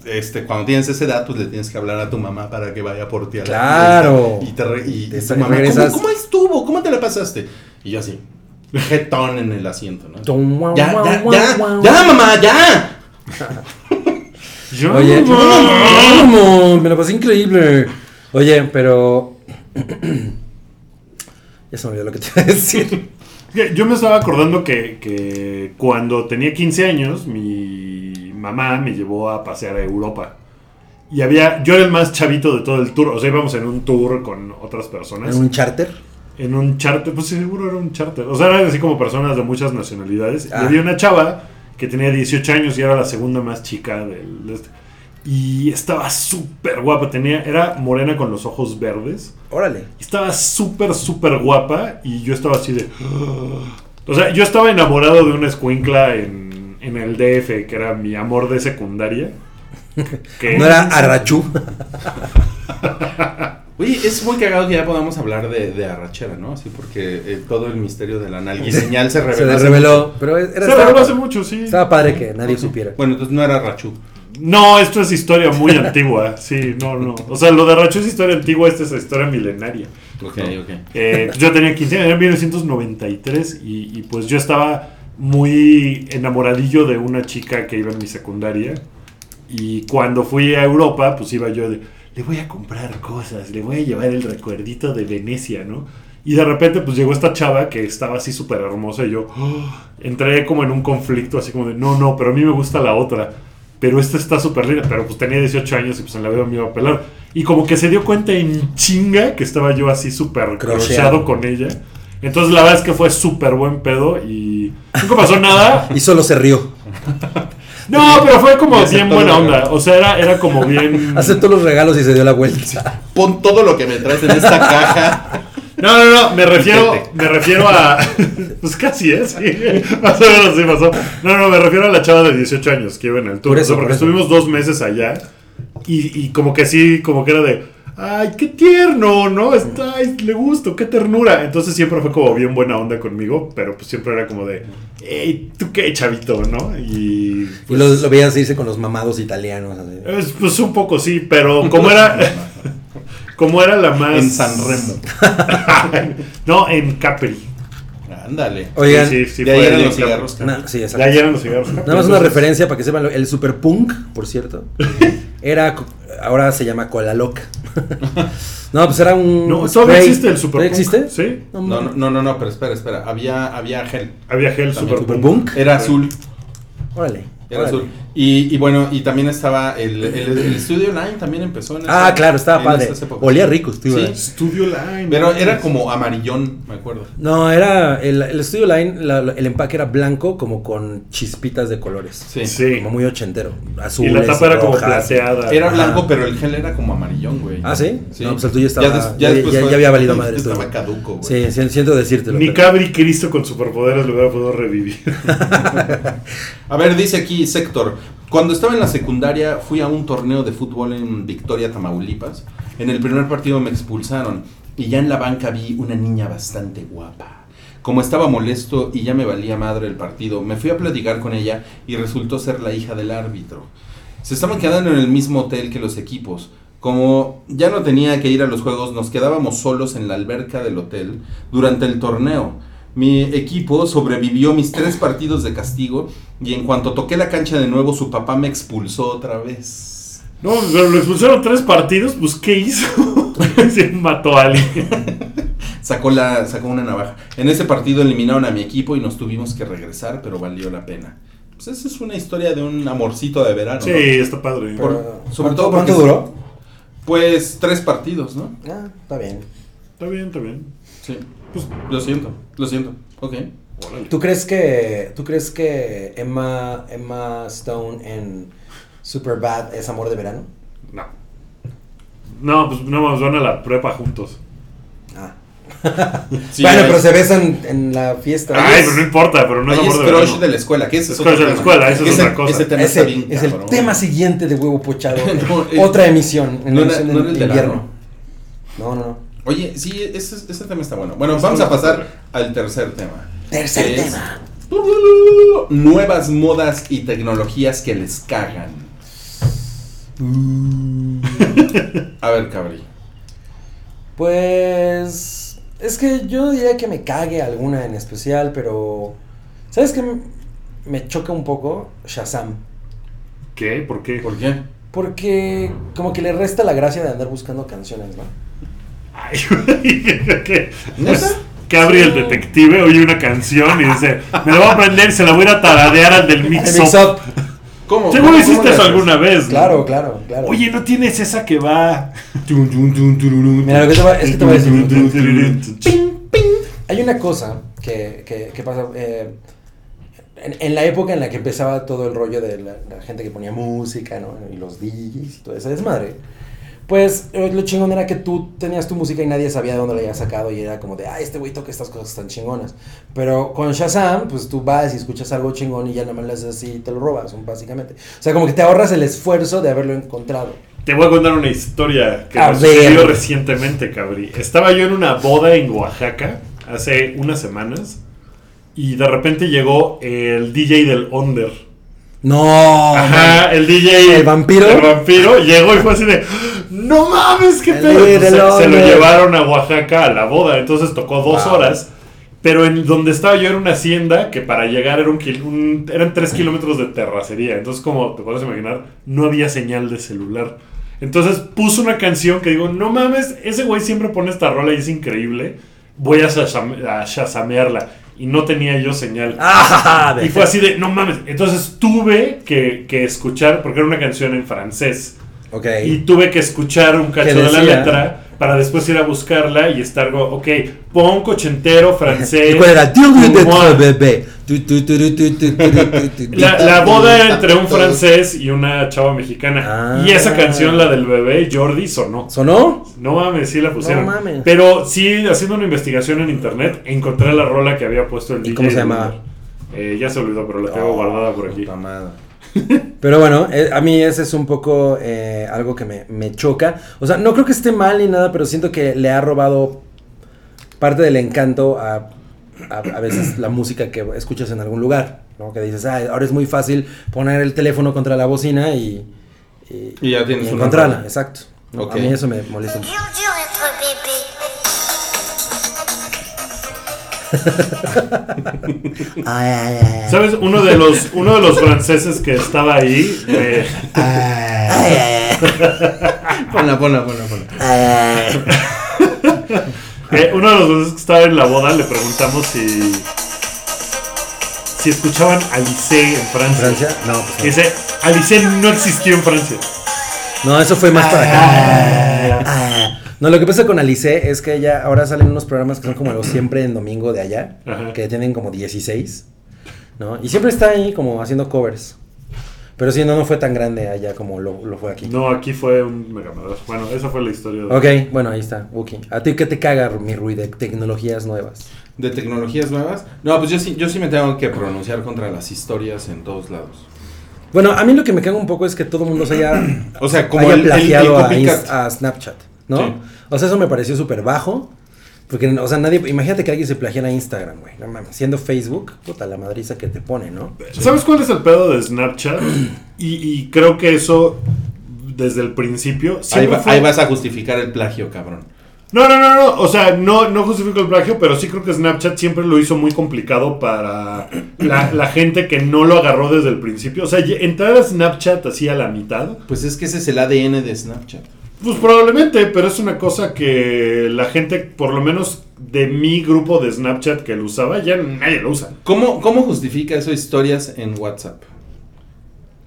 Speaker 5: este, cuando tienes esa edad, pues le tienes que hablar a tu mamá para que vaya por ti a la
Speaker 2: Claro.
Speaker 5: fiesta. Y te re- y-
Speaker 2: Te
Speaker 5: y tu
Speaker 2: tra-
Speaker 5: mamá,
Speaker 2: regresas-
Speaker 5: ¿cómo, cómo estuvo? ¿Cómo te la pasaste? Y yo así, jetón en el asiento, ¿no?
Speaker 2: Tum,
Speaker 5: Ya,
Speaker 2: guau,
Speaker 5: ya,
Speaker 2: guau,
Speaker 5: ya,
Speaker 2: guau,
Speaker 5: ya,
Speaker 2: guau.
Speaker 5: mamá, ya.
Speaker 3: Yo
Speaker 2: Oye,
Speaker 3: no-
Speaker 2: ¡vamos! me la pasé increíble. Oye, pero. ya se me olvidó lo que te iba a decir.
Speaker 3: Que Yo me estaba acordando que, que cuando tenía 15 años, mi mamá me llevó a pasear a Europa. Y había, yo era el más chavito de todo el tour. O sea, íbamos en un tour con otras personas.
Speaker 2: ¿En un charter?
Speaker 3: En un charter, pues sí, seguro era un charter. O sea, eran así como personas de muchas nacionalidades.
Speaker 2: Ah.
Speaker 3: Y había una chava que tenía 18 años y era la segunda más chica del. de este. Y estaba súper guapa. Tenía, era morena con los ojos verdes.
Speaker 2: Órale.
Speaker 3: Y Estaba súper, súper guapa y yo estaba así de... "Ah". O sea, yo estaba enamorado de una escuincla en, en el DF, que era mi amor de secundaria. Que-
Speaker 2: No era Arrachú.
Speaker 5: Oye, es muy cagado que ya podamos hablar de, de arrachera, ¿no? Así porque eh, todo el misterio de la analguiseñal se reveló.
Speaker 2: Se le
Speaker 5: hace
Speaker 2: reveló. Pero era,
Speaker 3: Se
Speaker 2: estaba,
Speaker 3: reveló hace mucho, sí.
Speaker 2: estaba padre que nadie supiera.
Speaker 5: mucho. Bueno, entonces no era Rachu.
Speaker 3: No, esto es historia muy antigua. Sí, no, no. O sea, lo de Racho es historia antigua, esta es historia milenaria.
Speaker 5: Ok, ok.
Speaker 3: Eh, pues yo tenía 15 años, era 1993 y, y pues yo estaba muy enamoradillo de una chica que iba en mi secundaria y cuando fui a Europa pues iba yo de, le voy a comprar cosas, le voy a llevar el recuerdito de Venecia, ¿no? Y de repente pues llegó esta chava que estaba así súper hermosa y yo ¡oh! entré como en un conflicto así como de, no, no, pero a mí me gusta la otra. Pero esta está súper linda, pero pues tenía 18 años y pues en la vida me iba a pelar. Y como que se dio cuenta en chinga que estaba yo así súper
Speaker 2: Crocheado.
Speaker 3: crocheado con ella. Entonces la verdad es que fue súper buen pedo y nunca pasó nada.
Speaker 2: Y solo se rió.
Speaker 3: No, pero fue como
Speaker 5: Y aceptó
Speaker 3: bien buena
Speaker 5: la
Speaker 3: onda.
Speaker 5: regla.
Speaker 3: O sea, era, era como bien...
Speaker 2: Aceptó los regalos y se dio la vuelta.
Speaker 5: Pon todo lo que me traes en esta caja.
Speaker 3: No, no, no, me refiero,
Speaker 5: Vete.
Speaker 3: me refiero a. Pues casi es, sí. Más o menos sí pasó. No, no, me refiero a la chava de 18 años que iba en el tour.
Speaker 2: Por eso,
Speaker 3: O sea, porque
Speaker 2: por eso.
Speaker 3: estuvimos dos meses allá y, y como que sí, como que era de. Ay, qué tierno, ¿no? Está, ay, le gusto, qué ternura. Entonces siempre fue como bien buena onda conmigo, pero pues siempre era como de, hey, tú qué chavito, ¿no? Y
Speaker 2: Y lo, lo veías irse con los mamados italianos. así.
Speaker 3: es, pues un poco sí, pero como era, como era la más
Speaker 5: En San Remo.
Speaker 3: no, en Capri.
Speaker 5: Ándale.
Speaker 2: Oigan,
Speaker 3: Sí, sí, sí,
Speaker 5: de
Speaker 3: fue
Speaker 5: ahí eran
Speaker 3: el
Speaker 5: los
Speaker 3: Capri.
Speaker 5: cigarros. cabrón.
Speaker 2: na- sí,
Speaker 3: Ya
Speaker 2: exacto.
Speaker 3: llegan los cigarros.
Speaker 2: Nada más una
Speaker 3: Entonces,
Speaker 2: referencia para que sepan, lo- el super punk, por cierto, era, co- ahora se llama cola loca. No, pues era un...
Speaker 3: No, todavía
Speaker 2: spray.
Speaker 3: existe el super.
Speaker 2: ¿Todavía existe?
Speaker 3: Sí.
Speaker 2: No,
Speaker 5: No,
Speaker 2: mames.
Speaker 5: no, no, no, pero espera, espera. Había, había gel.
Speaker 3: Había gel super.
Speaker 5: También
Speaker 2: ¿Superpunk?
Speaker 5: Era azul.
Speaker 2: Órale.
Speaker 5: Eh, Era
Speaker 2: órale.
Speaker 5: azul. Y, y bueno, y también estaba el, el, el Studio Line, también empezó en
Speaker 2: Ah,
Speaker 5: esa-
Speaker 2: claro, estaba
Speaker 5: en
Speaker 2: padre.
Speaker 5: esas épocas.
Speaker 2: Olía rico, Studio
Speaker 5: Sí.
Speaker 2: Line.
Speaker 3: Studio Line.
Speaker 5: Pero era como amarillón, me acuerdo.
Speaker 2: No, era el, el Studio Line, la- la- el empaque era blanco como con chispitas de colores.
Speaker 5: Sí.
Speaker 3: Sí.
Speaker 2: Como muy ochentero. Azul.
Speaker 3: Y la tapa era como plateada.
Speaker 5: Era
Speaker 2: Ajá.
Speaker 5: blanco, pero el gel era como amarillón, güey.
Speaker 2: Ah, ¿sí? No, pues el tuyo estaba-
Speaker 5: des-
Speaker 2: ya-
Speaker 5: después
Speaker 2: ya-
Speaker 5: fue-
Speaker 2: ya había valido madre el
Speaker 5: Estaba
Speaker 2: tuyo.
Speaker 5: caduco,
Speaker 2: Sí,
Speaker 5: güey.
Speaker 2: sí, siento decírtelo.
Speaker 3: Ni
Speaker 2: pero-
Speaker 3: Cabri Cristo con superpoderes lo hubiera podido revivir.
Speaker 5: A ver, dice aquí Sector. Cuando estaba en la secundaria fui a un torneo de fútbol en Victoria, Tamaulipas. En el primer partido me expulsaron y ya en la banca vi una niña bastante guapa. Como estaba molesto y ya me valía madre el partido, me fui a platicar con ella y resultó ser la hija del árbitro. Se estaban quedando en el mismo hotel que los equipos. Como ya no tenía que ir a los juegos, nos quedábamos solos en la alberca del hotel durante el torneo. Mi equipo sobrevivió mis tres partidos de castigo y en cuanto toqué la cancha de nuevo, su papá me expulsó otra vez.
Speaker 3: No, pero lo expulsaron tres partidos, pues ¿qué hizo? Sí, mató a alguien.
Speaker 5: Sacó, la, sacó una navaja. En ese partido eliminaron a mi equipo y nos tuvimos que regresar, pero valió la pena. Pues esa es una historia de un amorcito de verano.
Speaker 3: Sí,
Speaker 5: ¿no?
Speaker 3: está padre.
Speaker 5: Por-
Speaker 2: ¿Cuánto-
Speaker 5: sobre todo porque-
Speaker 2: ¿Cuánto duró?
Speaker 5: Pues tres partidos, ¿no?
Speaker 2: Ah, está bien.
Speaker 3: Está bien, está bien.
Speaker 5: Sí. Pues lo siento, lo siento. Ok.
Speaker 3: Órale.
Speaker 2: ¿Tú crees que, tú crees que Emma, Emma Stone en Superbad es amor de verano?
Speaker 3: No. No, pues no, vamos, van a la prepa juntos.
Speaker 2: Ah.
Speaker 5: Sí,
Speaker 2: bueno,
Speaker 5: ahí-
Speaker 2: pero se besan en la fiesta.
Speaker 3: Ay, pero no importa, pero no es
Speaker 5: ahí
Speaker 3: amor
Speaker 5: es
Speaker 3: de
Speaker 5: crush
Speaker 3: verano.
Speaker 5: de la escuela, que ese
Speaker 3: Es
Speaker 5: otro
Speaker 3: crush de la
Speaker 5: tema.
Speaker 3: escuela, esa es
Speaker 5: Ese-
Speaker 3: otra cosa.
Speaker 5: Ese tema
Speaker 2: Ese
Speaker 5: está bien
Speaker 2: es el
Speaker 5: cabrón.
Speaker 2: tema siguiente de Huevo Pochado.
Speaker 5: No, el-
Speaker 2: Otra emisión. En
Speaker 5: no era-
Speaker 2: emisión
Speaker 5: no
Speaker 2: en
Speaker 5: era el de
Speaker 2: invierno. No,
Speaker 5: Lalo.
Speaker 2: no, no.
Speaker 5: Oye, sí, ese, ese tema está bueno. Bueno, vamos a pasar al tercer tema.
Speaker 2: Tercer
Speaker 5: que es-
Speaker 2: tema.
Speaker 5: Nuevas modas y tecnologías que les cagan.
Speaker 3: Mm.
Speaker 5: A ver, Cabri.
Speaker 2: Pues. Es que yo no diría que me cague alguna en especial, pero. ¿Sabes qué? Me choca un poco Shazam.
Speaker 3: ¿Qué? ¿Por qué?
Speaker 5: ¿Por qué?
Speaker 2: Porque como que le resta la gracia de andar buscando canciones, ¿no?
Speaker 3: Ay, güey, ¿qué?
Speaker 5: ¿Neta?
Speaker 3: Que abre el detective, oye una canción y dice, me la voy a aprender y se la voy a ir a taradear al del mix
Speaker 2: Mix
Speaker 3: up.
Speaker 2: Up.
Speaker 5: ¿Cómo?
Speaker 3: Seguro
Speaker 5: ¿Cómo
Speaker 3: hiciste
Speaker 5: le
Speaker 3: eso
Speaker 5: haces?
Speaker 3: alguna vez. ¿no?
Speaker 2: Claro, claro, claro.
Speaker 3: Oye, ¿no tienes esa que va?
Speaker 2: Mira, lo que te voy a- es que te voy a decir.
Speaker 3: Ping.
Speaker 2: Hay una cosa que, que- que pasa. eh, en, en la época en la que empezaba todo el rollo de la, la gente que ponía música, ¿no? Y los DJs y todo ese desmadre. Pues eh, lo chingón era que tú tenías tu música y nadie sabía de dónde la habías sacado y era como de, ah, este güey toca estas cosas tan chingonas. Pero con Shazam, pues tú vas y escuchas algo chingón y ya nada más le haces así y te lo robas, básicamente. O sea, como que te ahorras el esfuerzo de haberlo encontrado.
Speaker 3: Te voy a contar una historia que
Speaker 2: A
Speaker 3: me
Speaker 2: ver.
Speaker 3: sucedió recientemente, cabrí. Estaba yo en una boda en Oaxaca hace unas semanas y de repente llegó el DJ del Onder.
Speaker 2: No.
Speaker 3: Ajá, el DJ.
Speaker 2: ¿El vampiro?
Speaker 3: El vampiro llegó y fue así de. ¡No mames, qué
Speaker 2: El
Speaker 3: pedo!
Speaker 2: líder
Speaker 3: Entonces,
Speaker 2: del
Speaker 3: se, lo
Speaker 2: hombre.
Speaker 3: llevaron a Oaxaca a la boda, entonces tocó dos
Speaker 5: Wow.
Speaker 3: horas. Pero en donde estaba yo era una hacienda que para llegar era un kil- un- eran 3 kilómetros de terracería. Entonces, como te puedes imaginar, no había señal de celular. Entonces puso una canción que digo, no mames, ese güey siempre pone esta rola y es increíble. Voy a, shazam- a shazamearla. Y no tenía yo señal.
Speaker 2: Ah,
Speaker 3: Y fue así de, no mames. Entonces tuve que, que escuchar, porque era una canción en francés.
Speaker 2: Ok.
Speaker 3: Y tuve que escuchar un cacho
Speaker 2: ¿Qué
Speaker 3: de la
Speaker 2: decía?
Speaker 3: letra para después ir a buscarla y estar, como, ok, pon cochentero francés.
Speaker 2: ¿Y cuál era?
Speaker 3: Moi.
Speaker 2: bebé. Tu, tu, tu, tu, tu, tu, tu, tu, tu, tu.
Speaker 3: La, la boda era entre un francés y una chava mexicana.
Speaker 2: Ah.
Speaker 3: Y esa canción, la del bebé Jordi, sonó.
Speaker 2: ¿Sonó?
Speaker 3: No mames, sí la pusieron.
Speaker 2: No mames.
Speaker 3: Pero sí, haciendo una investigación en internet, encontré la rola que había puesto el
Speaker 2: ¿Y
Speaker 3: DJ.
Speaker 2: cómo se
Speaker 3: del-
Speaker 2: llamaba?
Speaker 3: Eh, ya se olvidó, pero la tengo
Speaker 5: Oh,
Speaker 3: guardada por aquí.
Speaker 5: puta madre.
Speaker 2: Pero bueno, eh, a mí ese es un poco eh, algo que me, me choca. O sea, no creo que esté mal ni nada, pero siento que le ha robado parte del encanto a, a, a veces la música que escuchas en algún lugar. ¿no? Que dices, ah, ahora es muy fácil poner el teléfono contra la bocina y, y,
Speaker 5: Y ya tienes
Speaker 2: y
Speaker 5: una
Speaker 2: encontrarla.
Speaker 5: rola.
Speaker 2: Exacto. No, A
Speaker 5: Ok.
Speaker 2: mí eso me molesta.
Speaker 6: C'est
Speaker 2: mucho.
Speaker 6: dur dur être bébé.
Speaker 2: Ay, ay, ay, ay.
Speaker 3: ¿Sabes? Uno de los, uno de los franceses que estaba ahí. eh,
Speaker 5: Ponla, ponla, ponla, ponla.
Speaker 3: eh, uno de los franceses que estaba en la boda le preguntamos si. si escuchaban Alice en Francia.
Speaker 2: Francia, no, pues no.
Speaker 3: Dice, Alice no existió en Francia.
Speaker 2: No, eso fue más para acá. Ah. No, lo que pasa con Alice es que ella ahora salen unos programas que son como los siempre en domingo de allá,
Speaker 3: Ajá.
Speaker 2: que tienen como 16, ¿no? Y siempre está ahí como haciendo covers. Pero sí, no, no fue tan grande allá como lo, lo fue aquí.
Speaker 3: No, aquí fue un megamador. Bueno, esa fue la historia. de-
Speaker 2: Ok, bueno, ahí está, Wookie. ¿A ti qué te caga mi ruido de tecnologías nuevas?
Speaker 5: ¿De tecnologías nuevas? No, pues yo sí, yo sí me tengo que pronunciar contra las historias en todos lados.
Speaker 2: Bueno, a mí lo que me caga un poco es que todo el mundo se haya
Speaker 5: O sea, como
Speaker 2: haya
Speaker 5: el, el- el
Speaker 2: plagiado a
Speaker 5: copycat.
Speaker 2: Inst- a, Snapchat, ¿no?
Speaker 5: Sí.
Speaker 2: O sea, eso me pareció súper bajo. Porque, o sea, nadie. Imagínate que alguien se plagiara a Instagram, güey. No mames. Siendo Facebook, puta la madriza que te pone, ¿no?
Speaker 3: ¿Sabes cuál es el pedo de Snapchat? Y, y creo que eso, desde el principio,
Speaker 5: Ahí,
Speaker 3: siempre
Speaker 5: va-
Speaker 3: fue-
Speaker 5: ahí vas a justificar el plagio, cabrón.
Speaker 3: No, no, no, no. O sea, no, no justifico el plagio, pero sí creo que Snapchat siempre lo hizo muy complicado para la, la gente que no lo agarró desde el principio. O sea, ye- entrar a Snapchat así a la mitad,
Speaker 5: Pues es que ese es el ADN de Snapchat.
Speaker 3: pues probablemente, pero es una cosa que la gente, por lo menos de mi grupo de Snapchat que lo usaba, ya nadie lo usa.
Speaker 5: ¿Cómo, cómo justifica eso historias en WhatsApp?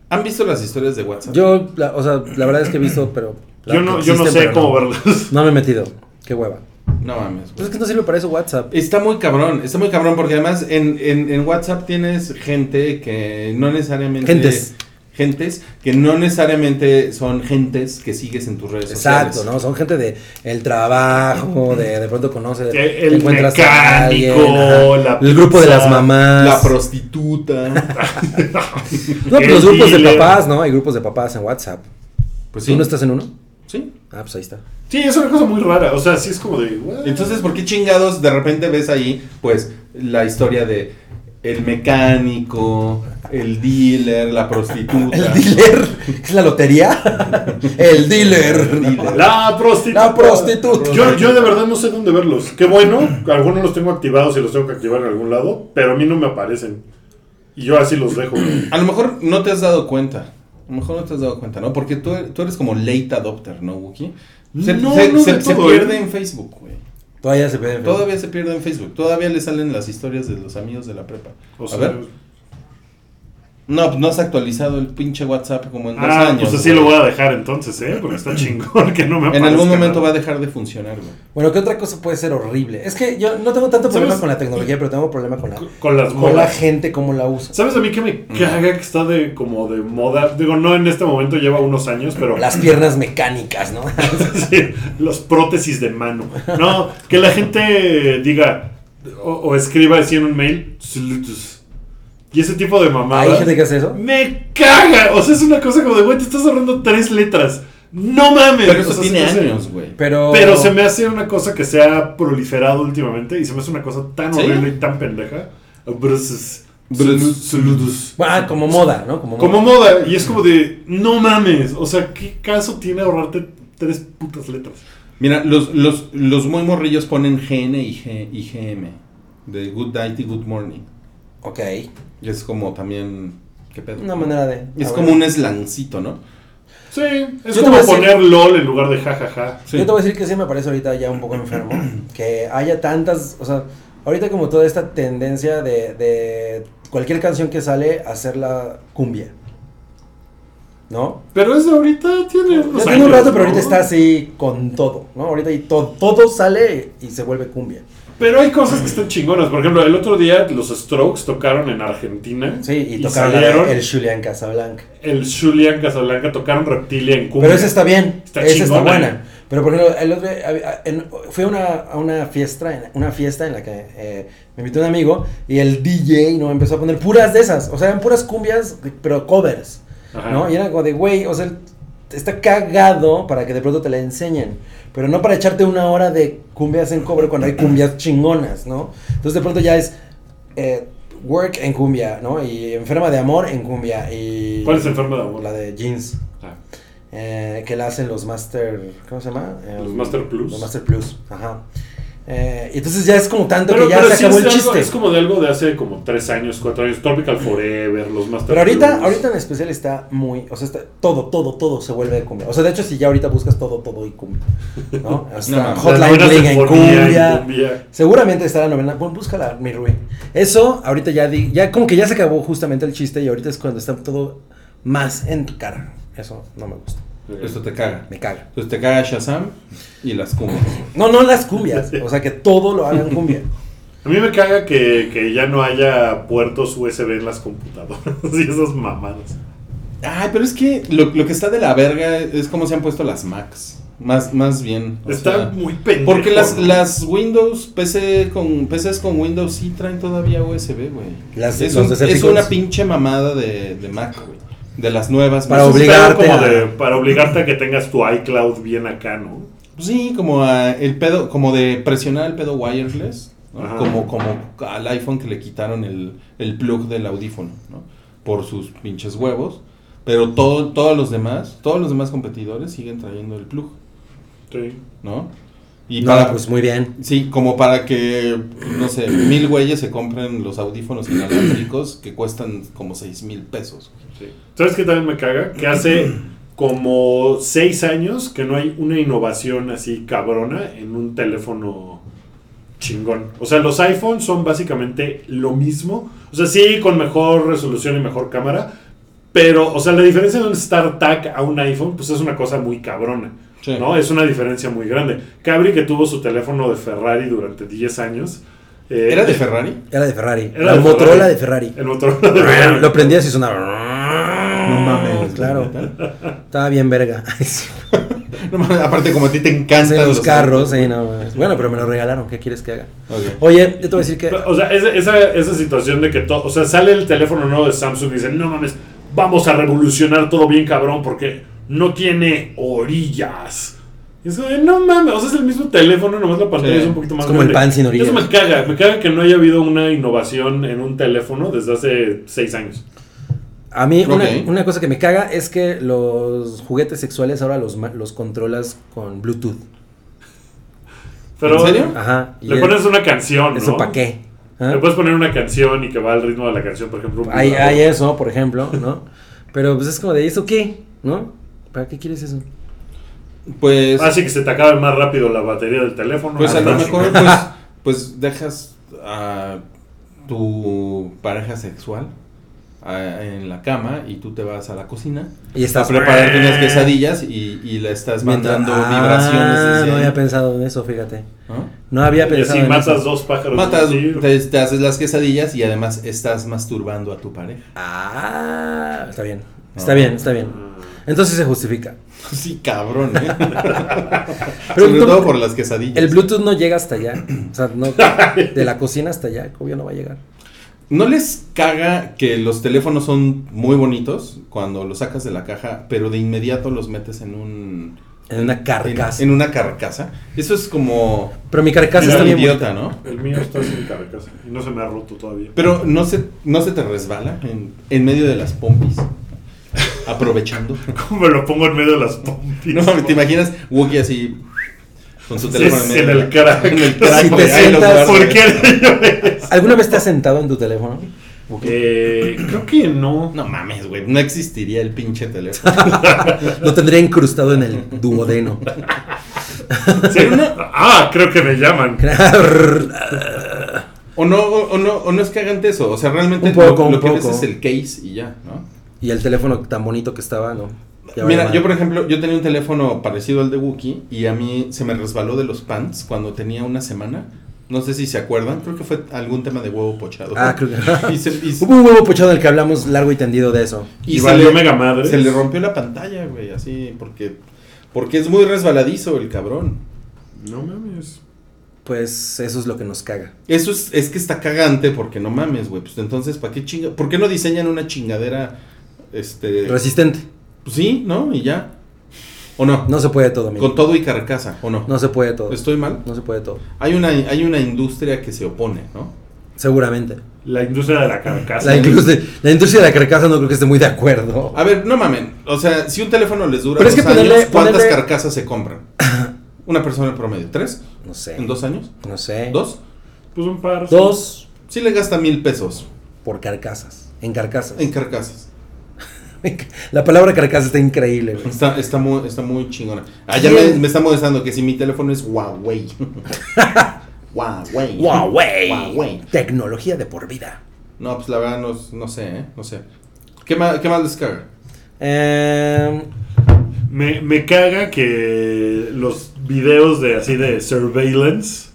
Speaker 5: ¿Han visto las historias de WhatsApp?
Speaker 2: Yo, la- o sea, la verdad es que he visto, pero. la-
Speaker 3: Yo no,
Speaker 2: que
Speaker 3: yo no
Speaker 2: existen,
Speaker 3: sé
Speaker 2: pero
Speaker 3: cómo
Speaker 2: no.
Speaker 3: verlas.
Speaker 2: No me he metido. Qué hueva.
Speaker 5: No mames. güey.
Speaker 2: Pues es que no sirve para eso WhatsApp.
Speaker 5: Está muy cabrón, está muy cabrón porque además en, en- en WhatsApp tienes gente que no necesariamente...
Speaker 2: Gentes.
Speaker 5: Gentes que no necesariamente son gentes que sigues en tus redes sociales.
Speaker 2: Exacto, ¿no? Son gente de el trabajo, de de pronto conoce,
Speaker 3: El
Speaker 2: encuentras a alguien,
Speaker 3: mecánico,
Speaker 2: ajá.
Speaker 3: la
Speaker 2: el grupo de
Speaker 3: pizza,
Speaker 2: las mamás,
Speaker 5: La prostituta.
Speaker 2: no, pues
Speaker 3: el
Speaker 2: los grupos de
Speaker 3: dealer.
Speaker 2: papás, ¿no? Hay grupos de papás en WhatsApp.
Speaker 5: Pues
Speaker 2: ¿Tú
Speaker 5: sí.
Speaker 2: no estás en uno?
Speaker 5: Sí.
Speaker 2: Ah, pues ahí está.
Speaker 3: Sí, es una cosa muy rara. O sea, sí es como de. "What?".
Speaker 5: Entonces, ¿por qué chingados de repente ves ahí, pues, la historia de el mecánico, el dealer, la prostituta?
Speaker 2: ¿El dealer? ¿Es la lotería? El dealer.
Speaker 3: La prostituta.
Speaker 2: La prostituta.
Speaker 3: Yo, yo de verdad no sé dónde verlos. Qué bueno, algunos los tengo activados y los tengo que activar en algún lado, pero a mí no me aparecen. Y yo así los dejo.
Speaker 5: A lo mejor no te has dado cuenta. A lo mejor no te has dado cuenta, ¿no? Porque tú, tú eres como late adopter, ¿no, Wookie? Se,
Speaker 3: No,
Speaker 5: se-
Speaker 3: no
Speaker 5: se-
Speaker 3: de
Speaker 5: se
Speaker 3: todo,
Speaker 5: pierde
Speaker 3: ¿eh?
Speaker 5: en Facebook, güey.
Speaker 2: Todavía se puede.
Speaker 5: Todavía se pierde en Facebook. Todavía le salen las historias de los amigos de la prepa.
Speaker 3: O
Speaker 5: a
Speaker 3: sea,
Speaker 5: ver. No, pues no has actualizado el pinche WhatsApp como en dos
Speaker 3: ah,
Speaker 5: años.
Speaker 3: pues así lo
Speaker 5: güey.
Speaker 3: voy a dejar entonces, ¿eh? Porque está chingón que no me
Speaker 5: En
Speaker 3: aparezca.
Speaker 5: algún momento va
Speaker 3: nada.
Speaker 5: a dejar de funcionar, güey.
Speaker 2: Bueno, ¿qué otra cosa puede ser horrible? Es que yo no tengo tanto problema
Speaker 3: ¿Sabes?
Speaker 2: con la tecnología, pero tengo problema con la,
Speaker 3: Con las
Speaker 2: con la
Speaker 3: modas.
Speaker 2: gente, cómo la usa.
Speaker 3: ¿Sabes a mí que me caga que está de como de moda? Digo, no en este momento, lleva unos años, pero...
Speaker 2: Las piernas mecánicas, ¿no?
Speaker 3: Sí, los prótesis de mano. No, que la gente diga o, o escriba así en un mail. "Saludos". Y ese tipo de
Speaker 2: ¿Hay
Speaker 3: mamadas.
Speaker 2: gente que hace eso?
Speaker 3: Me caga. O sea, es una cosa como de, güey, te estás ahorrando tres letras. No mames.
Speaker 5: Pero
Speaker 3: O
Speaker 5: eso
Speaker 3: sea,
Speaker 5: tiene
Speaker 3: se me hace-
Speaker 5: años, güey.
Speaker 2: Pero,
Speaker 3: Pero se me hace una cosa que se ha proliferado últimamente y se me hace una cosa tan
Speaker 5: ¿Sí?
Speaker 3: horrible y tan pendeja. Bruces.
Speaker 5: Bruces.
Speaker 3: Saludos.
Speaker 2: Ah, como moda, ¿no? Como,
Speaker 3: Como
Speaker 2: moda.
Speaker 3: moda, y es como de, no mames, o sea, ¿qué caso tiene ahorrarte tres putas letras?
Speaker 5: Mira, los, los, los muy morrillos ponen GN y, G, y GM. De Good Night y Good Morning.
Speaker 2: Ok.
Speaker 5: Y es como también. ¿Qué pedo?
Speaker 2: Una manera de. Ah,
Speaker 5: Es
Speaker 2: a
Speaker 5: como
Speaker 2: ver.
Speaker 5: un eslancito, ¿no?
Speaker 3: Sí, es
Speaker 2: Yo te voy a
Speaker 3: como
Speaker 2: decir-
Speaker 3: poner LOL en lugar de jajaja.
Speaker 5: Sí.
Speaker 2: Yo te voy a decir que sí me parece ahorita ya un poco enfermo. que haya tantas. O sea, ahorita como toda esta tendencia de, de cualquier canción que sale, hacerla cumbia. ¿No?
Speaker 3: Pero es de ahorita, tiene
Speaker 2: Ya
Speaker 3: unos
Speaker 2: tiene un
Speaker 3: años,
Speaker 2: rato, pero
Speaker 3: Pues ¿no?
Speaker 2: ahorita está así con todo, ¿no? Ahorita y to- todo sale y se vuelve cumbia.
Speaker 3: Pero hay cosas que están chingonas. Por ejemplo, el otro día los Strokes tocaron en Argentina.
Speaker 2: Sí, y, tocaron la de
Speaker 3: salieron
Speaker 2: el Julián Casablanca.
Speaker 3: el Julian Casablanca, tocaron Reptilia en Cumbia.
Speaker 2: Pero esa está bien,
Speaker 3: Está
Speaker 2: esa está
Speaker 3: chingona.
Speaker 2: buena. Pero por ejemplo, el otro, día, a- a- en- fui a una, a una fiesta, en- una fiesta en la que eh, me invitó un amigo y el DJ no empezó a poner puras de esas, o sea, eran puras cumbias, pero covers,
Speaker 3: Ajá.
Speaker 2: ¿no? Y era como de, güey, o sea, está cagado para que de pronto te la enseñen, pero no para echarte una hora de cumbias en cover cuando hay cumbias chingonas, ¿no? Entonces de pronto ya es eh, work en cumbia, ¿no? Y enferma de amor en cumbia y
Speaker 3: ¿Cuál es Enferma de Amor?
Speaker 2: la de jeans.
Speaker 3: Ah,
Speaker 2: Eh, que la hacen los Master. ¿Cómo se llama? Eh,
Speaker 3: Los Master Plus.
Speaker 2: Los Master Plus, ajá. Eh, y entonces ya es como tanto
Speaker 3: Pero,
Speaker 2: que ya
Speaker 3: pero
Speaker 2: se
Speaker 3: sí
Speaker 2: acabó
Speaker 3: es
Speaker 2: el
Speaker 3: algo-
Speaker 2: chiste.
Speaker 3: es como de algo de hace como tres años, cuatro años. Tropical Forever, los Master
Speaker 2: Pero ahorita,
Speaker 3: Blues.
Speaker 2: ahorita en especial está muy, o sea, está, todo, todo, todo se vuelve cumbia. O sea, de hecho, si ya ahorita buscas todo, todo y cumbia, ¿no? Hasta
Speaker 5: No, las
Speaker 3: La
Speaker 2: Hotline
Speaker 3: novena
Speaker 2: Bling en
Speaker 3: sinfonía
Speaker 2: cumbia.
Speaker 3: en cumbia.
Speaker 2: Seguramente está la novena. Bueno, búscala, mi Rui. Eso, ahorita ya, di- ya como que ya se acabó justamente el chiste y ahorita es cuando está todo más en tu cara. Eso no me gusta.
Speaker 3: Eh,
Speaker 5: Esto te caga.
Speaker 2: Me caga.
Speaker 5: Entonces te caga Shazam y las cumbias.
Speaker 2: No, no las cumbias. O sea, que todo lo hagan cumbia.
Speaker 3: A mí me caga que, que ya no haya puertos USB en las computadoras y esas mamadas.
Speaker 5: Ay, pero es que lo, lo que está de la verga es cómo se han puesto las Macs. Más, más bien. o
Speaker 3: Está
Speaker 5: sea,
Speaker 3: muy pendejo.
Speaker 5: porque las,
Speaker 3: ¿no?
Speaker 5: las Windows, PC con, PCs con Windows sí traen todavía USB, güey.
Speaker 2: Las-
Speaker 5: Es,
Speaker 2: los
Speaker 5: un-
Speaker 2: Decepticons.
Speaker 5: es una pinche mamada de, de Mac, güey. De las nuevas.
Speaker 2: Para
Speaker 5: no sé si-
Speaker 3: Es un pedo
Speaker 2: obligarte
Speaker 3: como
Speaker 2: a-
Speaker 3: de- para obligarte a que tengas tu iCloud bien acá, ¿no?
Speaker 5: Pues Sí, como a el pedo, como de presionar el pedo wireless, ¿no?
Speaker 3: Ajá.
Speaker 5: como, como al iPhone que le quitaron el, el plug del audífono, ¿no? Por sus pinches huevos. Pero todo, todos los demás, todos los demás competidores siguen trayendo el plug,
Speaker 3: Sí.
Speaker 5: ¿no? Y
Speaker 2: No,
Speaker 5: para,
Speaker 2: pues muy bien.
Speaker 5: sí, como para que, no sé, mil güeyes se compren los audífonos inalámbricos que cuestan como seis mil pesos.
Speaker 3: Sí. ¿Sabes qué también me caga? Que hace como seis años que no hay una innovación así cabrona en un teléfono chingón. O sea, los iPhones son básicamente lo mismo. O sea, sí, con mejor resolución y mejor cámara. Pero, o sea, la diferencia de un StarTAC a un iPhone, pues es una cosa muy cabrona.
Speaker 5: Sí.
Speaker 3: ¿no? Es una diferencia muy grande. Cabri, que tuvo su teléfono de Ferrari durante 10 años. eh,
Speaker 5: ¿Era de Ferrari?
Speaker 2: Era de Ferrari.
Speaker 3: Era
Speaker 2: la
Speaker 3: de
Speaker 2: Motorola
Speaker 3: Ferrari.
Speaker 2: de Ferrari.
Speaker 3: El Motorola de Ferrari.
Speaker 2: Lo prendías y sonaba. No Claro. Estaba bien verga.
Speaker 5: No mames, aparte como a ti te
Speaker 2: Sí,
Speaker 5: encantan
Speaker 2: los carros, sí, no, mames. Bueno, pero me lo regalaron. ¿Qué quieres que haga?
Speaker 5: Ok.
Speaker 2: Oye, yo te voy a decir que.
Speaker 3: O sea, esa, esa, esa situación de que todo. O sea, sale el teléfono nuevo de Samsung y dicen: No mames, vamos a revolucionar todo bien cabrón porque no tiene orillas. Y es como de, no mames, o sea, es el mismo teléfono, nomás la pantalla
Speaker 5: Sí.
Speaker 3: es un poquito más
Speaker 2: Es como el pan sin orillas.
Speaker 3: Eso me caga, me caga que no haya habido una innovación en un teléfono desde hace seis años.
Speaker 2: A mí, una,
Speaker 5: Ok.
Speaker 2: una cosa que me caga es que los juguetes sexuales ahora los, ma- los controlas con Bluetooth.
Speaker 3: Pero,
Speaker 5: ¿En serio?
Speaker 2: Ajá. y
Speaker 3: Le
Speaker 2: es-
Speaker 3: pones una canción, ¿no?
Speaker 2: ¿Eso para qué? ¿Ah?
Speaker 3: Le puedes poner una canción y que va al ritmo de la canción, por ejemplo. un
Speaker 2: Hay,
Speaker 3: vibrador.
Speaker 2: hay eso, por ejemplo, ¿no? Pero pues es como de, ¿eso qué? ¿No? ¿Para qué quieres eso?
Speaker 5: Pues...
Speaker 3: Hace Ah, que se te acabe más rápido la batería del teléfono.
Speaker 5: Pues a lo
Speaker 3: Además,
Speaker 5: mejor, pues, pues dejas a tu pareja sexual a- en la cama y tú te vas a la cocina
Speaker 2: Y
Speaker 5: a
Speaker 2: estás
Speaker 5: prepararte unas quesadillas y, y le estás
Speaker 2: Pues, mientras-
Speaker 5: mandando
Speaker 2: Ah,
Speaker 5: vibraciones. desde
Speaker 2: no
Speaker 5: ahí,
Speaker 2: había pensado en eso, fíjate.
Speaker 5: ¿no?
Speaker 2: No había
Speaker 3: Y
Speaker 2: pensado
Speaker 3: así
Speaker 2: en
Speaker 3: matas
Speaker 2: eso.
Speaker 3: dos pájaros.
Speaker 5: Matas,
Speaker 3: de un tiro.
Speaker 5: te, te haces las quesadillas y además estás masturbando a tu pareja.
Speaker 2: Ah, está bien.
Speaker 5: No.
Speaker 2: Está bien, está bien. Entonces se justifica.
Speaker 5: Sí, cabrón, ¿eh?
Speaker 2: Pero
Speaker 5: Ah, Sobre
Speaker 2: tú-
Speaker 5: todo por las quesadillas.
Speaker 2: El Bluetooth no llega hasta allá. O sea, no, de la cocina hasta allá, obvio no va a llegar.
Speaker 5: ¿No les caga que los teléfonos son muy bonitos cuando los sacas de la caja, pero de inmediato los metes en un
Speaker 2: En una carcasa.
Speaker 5: En, en una carcasa. Eso es como
Speaker 2: Pero mi carcasa
Speaker 3: Mira,
Speaker 2: está
Speaker 5: un
Speaker 2: bien.
Speaker 5: idiota, ¿no?
Speaker 3: El mío está sin carcasa y no se me ha roto todavía.
Speaker 5: Pero no se, no se te resbala en, en medio de las pompis. Aprovechando.
Speaker 3: ¿Cómo me lo pongo en medio de las pompis?
Speaker 5: No, mames, ¿te imaginas Wookie así con su
Speaker 3: Sí,
Speaker 5: teléfono
Speaker 3: sí,
Speaker 5: en medio?
Speaker 3: en el crack.
Speaker 5: En el
Speaker 2: Si
Speaker 5: crack,
Speaker 2: te
Speaker 5: güey, ahí lo
Speaker 2: sientas-
Speaker 5: guardas.
Speaker 3: ¿Por qué haría yo eso?
Speaker 2: ¿Alguna vez te has sentado en tu teléfono?
Speaker 3: Eh, creo que no.
Speaker 5: No mames, güey. No existiría el pinche teléfono.
Speaker 2: Lo tendría incrustado en el duodeno.
Speaker 3: Sí, no. Ah, creo que me llaman.
Speaker 5: O no, o, o no, o no es que hagan eso. O sea, realmente
Speaker 2: Un poco,
Speaker 5: lo,
Speaker 2: un
Speaker 5: lo que ves
Speaker 2: poco.
Speaker 5: es el case y ya, ¿no?
Speaker 2: y el teléfono tan bonito que estaba, no. Ya vale
Speaker 5: Mira,
Speaker 2: madre.
Speaker 5: yo por ejemplo, yo tenía un teléfono parecido al de Wookie y a mí se me resbaló de los pants cuando tenía una semana. No sé si se acuerdan, creo que fue algún tema de huevo pochado.
Speaker 2: Ah, creo que-
Speaker 5: Y se, y se-
Speaker 2: Hubo un huevo pochado del que hablamos largo y tendido de eso.
Speaker 5: y
Speaker 3: Y
Speaker 5: se
Speaker 3: valió
Speaker 5: le,
Speaker 3: mega madres.
Speaker 5: se le rompió la pantalla, güey, así, porque, porque es muy resbaladizo el cabrón.
Speaker 3: No mames.
Speaker 2: Pues eso es lo que nos caga.
Speaker 5: Eso es, es que está cagante porque no mames, güey. Pues entonces, ¿para qué chinga? ¿Por qué no diseñan una chingadera, este...
Speaker 2: Resistente.
Speaker 5: pues, sí, ¿no? Y ya. ¿O no?
Speaker 2: No se puede todo, amigo.
Speaker 5: Con todo y carcasa, ¿o no?
Speaker 2: No se puede todo.
Speaker 5: ¿Estoy mal?
Speaker 2: No se puede todo.
Speaker 5: Hay una, hay una industria que se opone, ¿no?
Speaker 2: Seguramente.
Speaker 3: La industria de la carcasa.
Speaker 2: La, industria- la industria de la carcasa no creo que esté muy de acuerdo.
Speaker 5: Ah, A ver, no mamen. O sea, si un teléfono les dura
Speaker 2: Pero es
Speaker 5: dos
Speaker 2: que ponerle-
Speaker 5: años, ¿cuántas
Speaker 2: ponerle-
Speaker 5: carcasas se compran? Una persona en promedio. ¿Tres?
Speaker 2: No sé.
Speaker 5: ¿En dos años?
Speaker 2: No sé.
Speaker 5: ¿Dos?
Speaker 3: Pues un par. sí.
Speaker 2: Dos
Speaker 5: Sí le gasta mil pesos
Speaker 2: por carcasas. En carcasas.
Speaker 5: en carcasas.
Speaker 2: La palabra carcasa está increíble, güey.
Speaker 5: Está, está, muy, está muy chingona. Ah, ya me,
Speaker 2: ¿Quién?
Speaker 5: me está molestando que si mi teléfono es Huawei. Huawei.
Speaker 2: Huawei.
Speaker 5: Huawei.
Speaker 2: Tecnología de por vida.
Speaker 5: No, pues la verdad no, no sé, ¿eh? No sé. ¿Qué más, qué más les caga?
Speaker 2: Eh,
Speaker 3: Me, me caga que los videos de así de surveillance,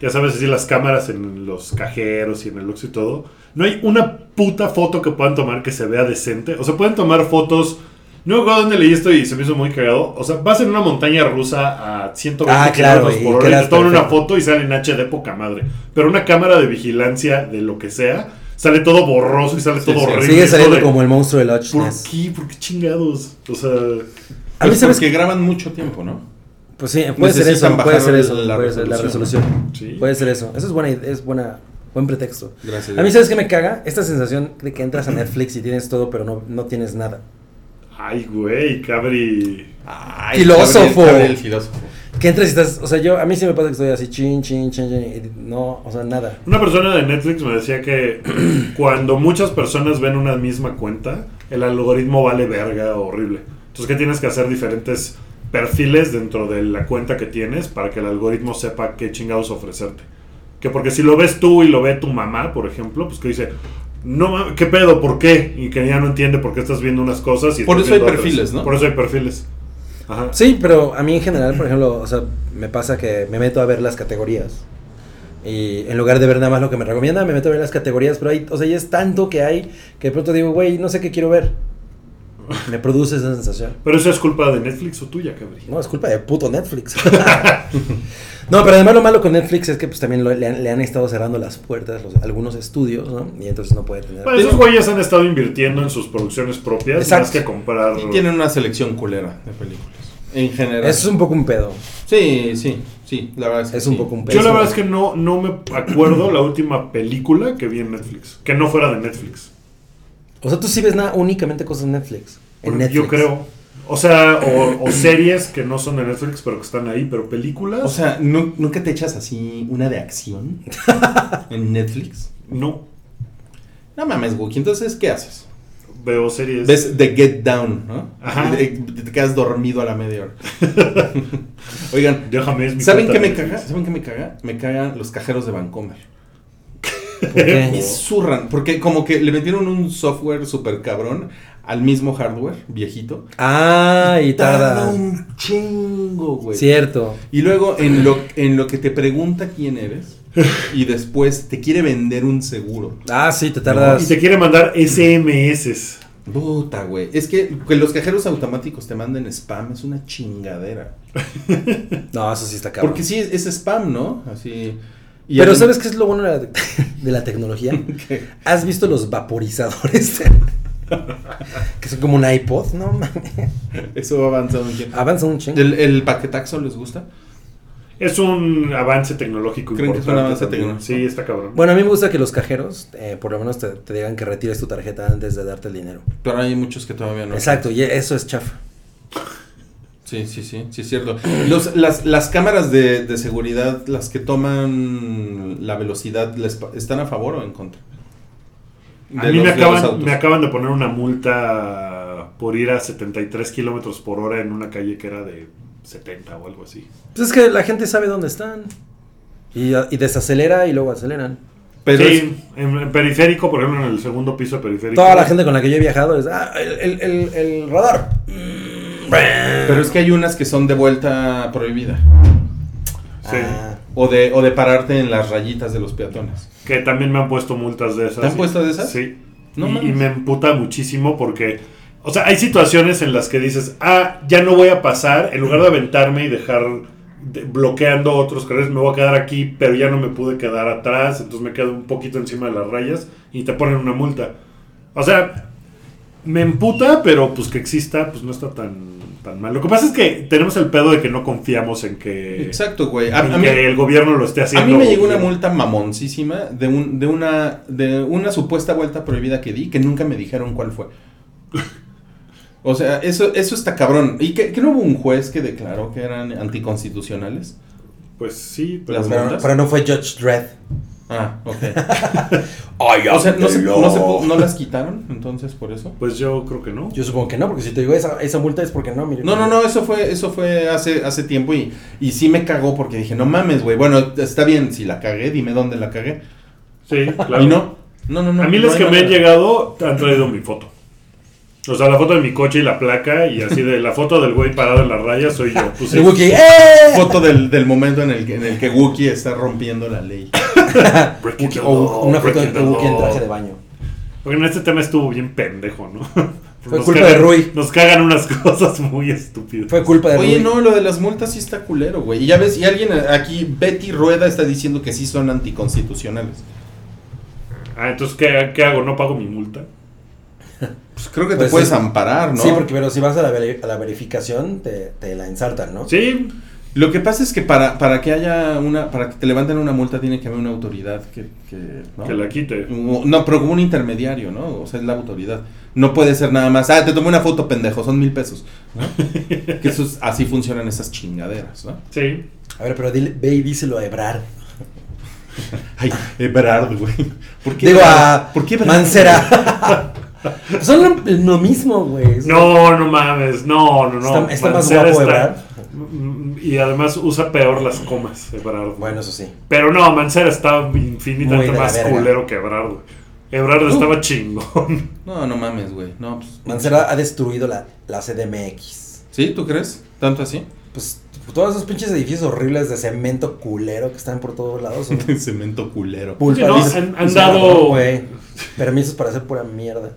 Speaker 3: ya sabes, así las cámaras en los cajeros y en el Lux y todo, no hay una puta foto que puedan tomar que se vea decente. O sea, pueden tomar fotos. No me acuerdo dónde leí esto y se me hizo muy cagado. O sea, vas en una montaña rusa a 120
Speaker 2: Ah, claro,
Speaker 3: kilómetros
Speaker 2: y
Speaker 3: por hora y
Speaker 2: quedas
Speaker 3: te toman una
Speaker 2: perfecto.
Speaker 3: foto y sale en HD poca madre. Pero una cámara de vigilancia de lo que sea, sale todo borroso y sale todo
Speaker 5: sí,
Speaker 3: horrible.
Speaker 2: sigue saliendo
Speaker 3: Todo de,
Speaker 2: como el monstruo de Lodge
Speaker 3: ¿Por
Speaker 2: Ness.
Speaker 3: qué? ¿Por qué chingados? O sea...
Speaker 2: A mí,
Speaker 5: Pues
Speaker 2: ¿sabes
Speaker 5: porque graban mucho tiempo, ¿no?
Speaker 2: Pues sí, puede ser
Speaker 5: Necesitan
Speaker 2: eso, puede
Speaker 5: bajar
Speaker 2: ser eso,
Speaker 5: la
Speaker 2: puede ser la
Speaker 5: resolución.
Speaker 2: resolución.
Speaker 3: Sí.
Speaker 2: Puede ser eso. Eso es buena, id- es buena, buen pretexto.
Speaker 5: Gracias.
Speaker 2: A mí, ¿sabes qué me caga? Esta sensación de que entras a Netflix y tienes todo, pero no, no tienes nada.
Speaker 3: Ay, güey, cabri.
Speaker 5: Ay,
Speaker 2: Filósofo.
Speaker 5: Gabriel- Gabriel el filósofo.
Speaker 2: Que entras y estás, o sea, yo, a mí sí me pasa que estoy así, chin, chin, chin, chin, y no, o sea, nada.
Speaker 3: Una persona de Netflix me decía que cuando muchas personas ven una misma cuenta, el algoritmo vale verga horrible. Entonces, ¿qué tienes que hacer? Diferentes perfiles dentro de la cuenta que tienes para que el algoritmo sepa qué chingados ofrecerte. Que porque si lo ves tú y lo ve tu mamá, por ejemplo, pues que dice, no mames, ¿qué pedo? ¿Por qué? Y que ya no entiende por qué estás viendo unas cosas. Y
Speaker 5: Por
Speaker 3: estás
Speaker 5: eso hay
Speaker 3: viendo otras.
Speaker 5: perfiles, ¿no?
Speaker 3: Por eso hay perfiles. Ajá.
Speaker 2: Sí, pero a mí en general, por ejemplo, o sea, me pasa que me meto a ver las categorías. Y en lugar de ver nada más lo que me recomienda, me meto a ver las categorías, pero hay, o sea, ya es tanto que hay que de pronto digo, güey, no sé qué quiero ver. Me produce esa sensación.
Speaker 3: Pero eso es culpa de Netflix o tuya, cabri.
Speaker 2: No, es culpa de puto Netflix. no, pero además lo malo con Netflix es que pues también lo- le, han, le han estado cerrando las puertas los- algunos estudios, ¿no? Y entonces no puede tener...
Speaker 3: Bueno, Pues esos güeyes han estado invirtiendo en sus producciones propias
Speaker 2: Exacto.
Speaker 3: más que comprar.
Speaker 5: Y tienen una selección culera de películas. En general.
Speaker 2: Eso es un poco un pedo.
Speaker 5: Sí, sí, sí. La verdad es que
Speaker 2: Es un
Speaker 5: sí.
Speaker 2: poco un pedo.
Speaker 3: Yo la verdad es que no, no me acuerdo la última película que vi en Netflix, que no fuera de Netflix.
Speaker 2: O sea, tú sí ves nada, únicamente cosas en Netflix. En Netflix.
Speaker 3: Yo creo. O sea, o, o series que no son de Netflix, pero que están ahí, pero películas.
Speaker 5: O sea, ¿nu- ¿nunca te echas así una de acción en Netflix?
Speaker 3: no.
Speaker 5: No mames, Wookie. Entonces, ¿qué haces?
Speaker 3: Veo series.
Speaker 5: Ves The Get Down, ¿no?
Speaker 3: Ajá.
Speaker 5: Y Te, te quedas dormido a la media hora. Oigan,
Speaker 3: Déjame, es mi
Speaker 5: ¿saben
Speaker 3: cuenta
Speaker 5: qué
Speaker 3: de
Speaker 5: me caga?
Speaker 3: Netflix.
Speaker 5: ¿Saben qué me caga? Me cagan los cajeros de Vancomer.
Speaker 2: ¿Por
Speaker 5: Me
Speaker 2: qué?
Speaker 5: zurran, porque como que le metieron un software súper cabrón al mismo hardware viejito.
Speaker 2: Ah, y tarda.
Speaker 5: un chingo, güey.
Speaker 2: Cierto.
Speaker 5: Y luego en lo, en lo que te pregunta quién eres y después te quiere vender un seguro.
Speaker 2: Ah, sí, te tardas.
Speaker 3: Y te quiere mandar SMS.
Speaker 5: Puta, güey. Es que, que los cajeros automáticos te manden spam es una chingadera.
Speaker 2: No, eso sí está cabrón.
Speaker 5: Porque sí, es, es spam, ¿no? Así. y
Speaker 2: Pero
Speaker 5: adem-
Speaker 2: ¿sabes qué es lo bueno de la, de la tecnología?
Speaker 5: ¿Qué?
Speaker 2: ¿Has visto los vaporizadores? que son como un iPod, ¿no? mames.
Speaker 5: Eso va avanzando. un chingo.
Speaker 2: Avanza un chingo.
Speaker 5: ¿El, el paquetaxo les gusta?
Speaker 3: Es un avance tecnológico
Speaker 5: ¿Creen que
Speaker 3: importante.
Speaker 5: es un avance
Speaker 3: también.
Speaker 5: tecnológico?
Speaker 3: Sí, está cabrón.
Speaker 2: Bueno, a mí me gusta que los cajeros, eh, por lo menos, te, te digan que retires tu tarjeta antes de darte el dinero.
Speaker 5: Pero hay muchos que todavía no.
Speaker 2: Exacto, y eso es chafa.
Speaker 5: Sí, sí, sí, sí es cierto. Los- las, las cámaras de, de seguridad, las que toman la velocidad, ¿les pa- ¿están a favor o en contra?
Speaker 3: A
Speaker 5: De
Speaker 3: mí
Speaker 5: los-
Speaker 3: me
Speaker 5: de los
Speaker 3: acaban,
Speaker 5: autos.
Speaker 3: me acaban de poner una multa por ir a 73 kilómetros por hora en una calle que era de 70 o algo así.
Speaker 2: Pues es que la gente sabe dónde están. Y, ah, y desacelera y luego aceleran.
Speaker 5: Pero
Speaker 3: sí, en, en periférico, por ejemplo, en el segundo piso de periférico.
Speaker 2: Toda la gente con la que yo he viajado es, ah, el, el- el- el radar.
Speaker 5: es, pero es que hay unas que son de vuelta prohibida.
Speaker 3: Sí,
Speaker 2: Ah,
Speaker 5: O de, o de pararte en las rayitas de los peatones.
Speaker 3: que también me han puesto multas de esas.
Speaker 5: ¿Te han puesto de esas?
Speaker 3: Sí.
Speaker 5: No
Speaker 3: y,
Speaker 5: mames.
Speaker 3: y me emputa muchísimo porque, o sea, hay situaciones en las que dices, ah, ya no voy a pasar, en lugar de aventarme y dejar de- bloqueando otros carriles, me voy a quedar aquí, pero ya no me pude quedar atrás, entonces me quedo un poquito encima de las rayas y te ponen una multa. O sea, me emputa, pero pues que exista, pues no está tan, tan mal. Lo que pasa es que tenemos el pedo de que no confiamos en que...
Speaker 5: Exacto, güey. A,
Speaker 3: en
Speaker 5: a mí,
Speaker 3: Eh, que el gobierno lo esté
Speaker 5: a
Speaker 3: haciendo.
Speaker 5: mí me llegó una multa mamoncísima de, un, de, una, de una supuesta vuelta prohibida que di que nunca me dijeron cuál fue. O sea, eso, eso está cabrón. ¿Y que, que no hubo un juez que declaró que eran anticonstitucionales?
Speaker 3: Pues sí, pero
Speaker 5: Las
Speaker 2: Pero,
Speaker 5: multas.
Speaker 2: pero no fue Judge Dredd.
Speaker 5: Ah, ok. o sea, ¿no, se, no se pu- no las quitaron entonces por eso?
Speaker 3: pues yo creo que no.
Speaker 2: Yo supongo que no, porque si te digo esa, esa multa es porque no, mire.
Speaker 5: No, no, no, eso fue, eso fue hace, hace tiempo y, y sí me cagó porque dije, no mames, güey. Bueno, está bien, si la cagué, dime dónde la cagué.
Speaker 3: Sí, claro.
Speaker 5: Y no, no, no, no.
Speaker 3: A mí
Speaker 5: no
Speaker 3: las
Speaker 5: hay
Speaker 3: que me han
Speaker 5: manera.
Speaker 3: llegado han traído mi foto. O sea, la foto de mi coche y la placa y así de la foto del güey parado en la raya soy yo. Pues sí.
Speaker 2: El Wookiee, ¡eh!
Speaker 5: Foto del, del momento en el, que, en el que Wookiee está rompiendo la ley.
Speaker 3: Breaking the
Speaker 2: O
Speaker 3: law,
Speaker 2: una foto
Speaker 3: breaking
Speaker 2: de
Speaker 3: the
Speaker 2: Wookiee en
Speaker 3: law.
Speaker 2: traje de baño.
Speaker 3: Porque en este tema estuvo bien pendejo, ¿no?
Speaker 2: Fue
Speaker 3: Nos
Speaker 2: culpa de Rui.
Speaker 3: Nos cagan unas cosas muy estúpidas.
Speaker 2: Fue culpa de
Speaker 5: Oye,
Speaker 2: Rui.
Speaker 5: no, lo de las multas sí está culero, güey. Y ya ves, y alguien aquí, Betty Rueda, está diciendo que sí son anticonstitucionales.
Speaker 3: Ah, entonces, ¿qué, qué hago? ¿No pago mi multa?
Speaker 5: Pues creo que
Speaker 2: Pues
Speaker 5: te puedes
Speaker 2: sí.
Speaker 5: amparar, ¿no?
Speaker 2: Sí, porque pero si vas a la, veri- a la verificación, te, te la ensartan, ¿no?
Speaker 3: Sí,
Speaker 5: Lo que pasa es que para, para que haya una, para que te levanten una multa tiene que haber una autoridad que, que, ¿no?
Speaker 3: que la quite.
Speaker 5: U- No, pero como un intermediario, ¿no? O sea, es la autoridad. No puede ser nada más, ah, te tomé una foto, pendejo, son mil pesos. ¿no? que eso es- así funcionan esas chingaderas, ¿no?
Speaker 3: Sí.
Speaker 2: A ver, pero dile- ve y díselo a Ebrard.
Speaker 5: Ay, Ebrard, güey. ¿Por
Speaker 2: Digo
Speaker 5: Ebrard?
Speaker 2: a
Speaker 5: ¿Por qué Ebrard?
Speaker 2: Mancera. Son lo, lo mismo, güey.
Speaker 3: No, no mames, no, no, no.
Speaker 2: Está- está más
Speaker 3: Mancera
Speaker 2: guapo
Speaker 3: está-
Speaker 2: Ebrard.
Speaker 3: Mm, Y además usa peor las comas, Ebrard.
Speaker 2: Bueno, eso sí.
Speaker 3: Pero no, Mancera está
Speaker 2: Muy
Speaker 3: infinitamente
Speaker 2: de la
Speaker 3: más
Speaker 2: verga. Uh.
Speaker 3: culero que Ebrard. güey. Ebrard estaba chingón.
Speaker 5: No, no mames, güey. No, pues,
Speaker 2: Mancera ha destruido la, la CDMX.
Speaker 5: ¿Sí? ¿Tú crees? ¿Tanto así?
Speaker 2: Pues todos esos pinches edificios horribles de cemento culero que están por todos lados. son
Speaker 5: Cemento culero.
Speaker 2: pulpa,
Speaker 3: Sí, no,
Speaker 2: dices,
Speaker 3: han- han
Speaker 2: dices,
Speaker 3: dado-
Speaker 2: "No, güey, permisos para hacer pura mierda.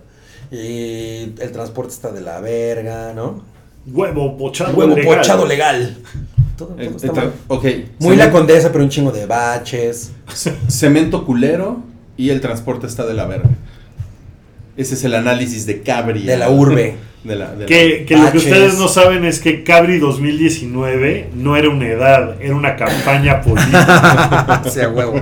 Speaker 2: Y el transporte está de la verga, ¿no?
Speaker 3: Huevo pochado.
Speaker 2: Huevo
Speaker 3: legal.
Speaker 2: pochado legal. Todo, todo
Speaker 5: Eh,
Speaker 2: está
Speaker 5: eh,
Speaker 2: mal.
Speaker 5: ok.
Speaker 2: Muy
Speaker 5: cemento-
Speaker 2: la condesa, pero un chingo de baches.
Speaker 5: Cemento culero y el transporte está de la verga. Ese es el análisis de Cabri.
Speaker 2: De la urbe.
Speaker 5: De la, de la-
Speaker 3: Que, que lo que
Speaker 2: Baches.
Speaker 3: ustedes no saben es que Cabri 2019 no era una edad, era una campaña política.
Speaker 2: sea huevo.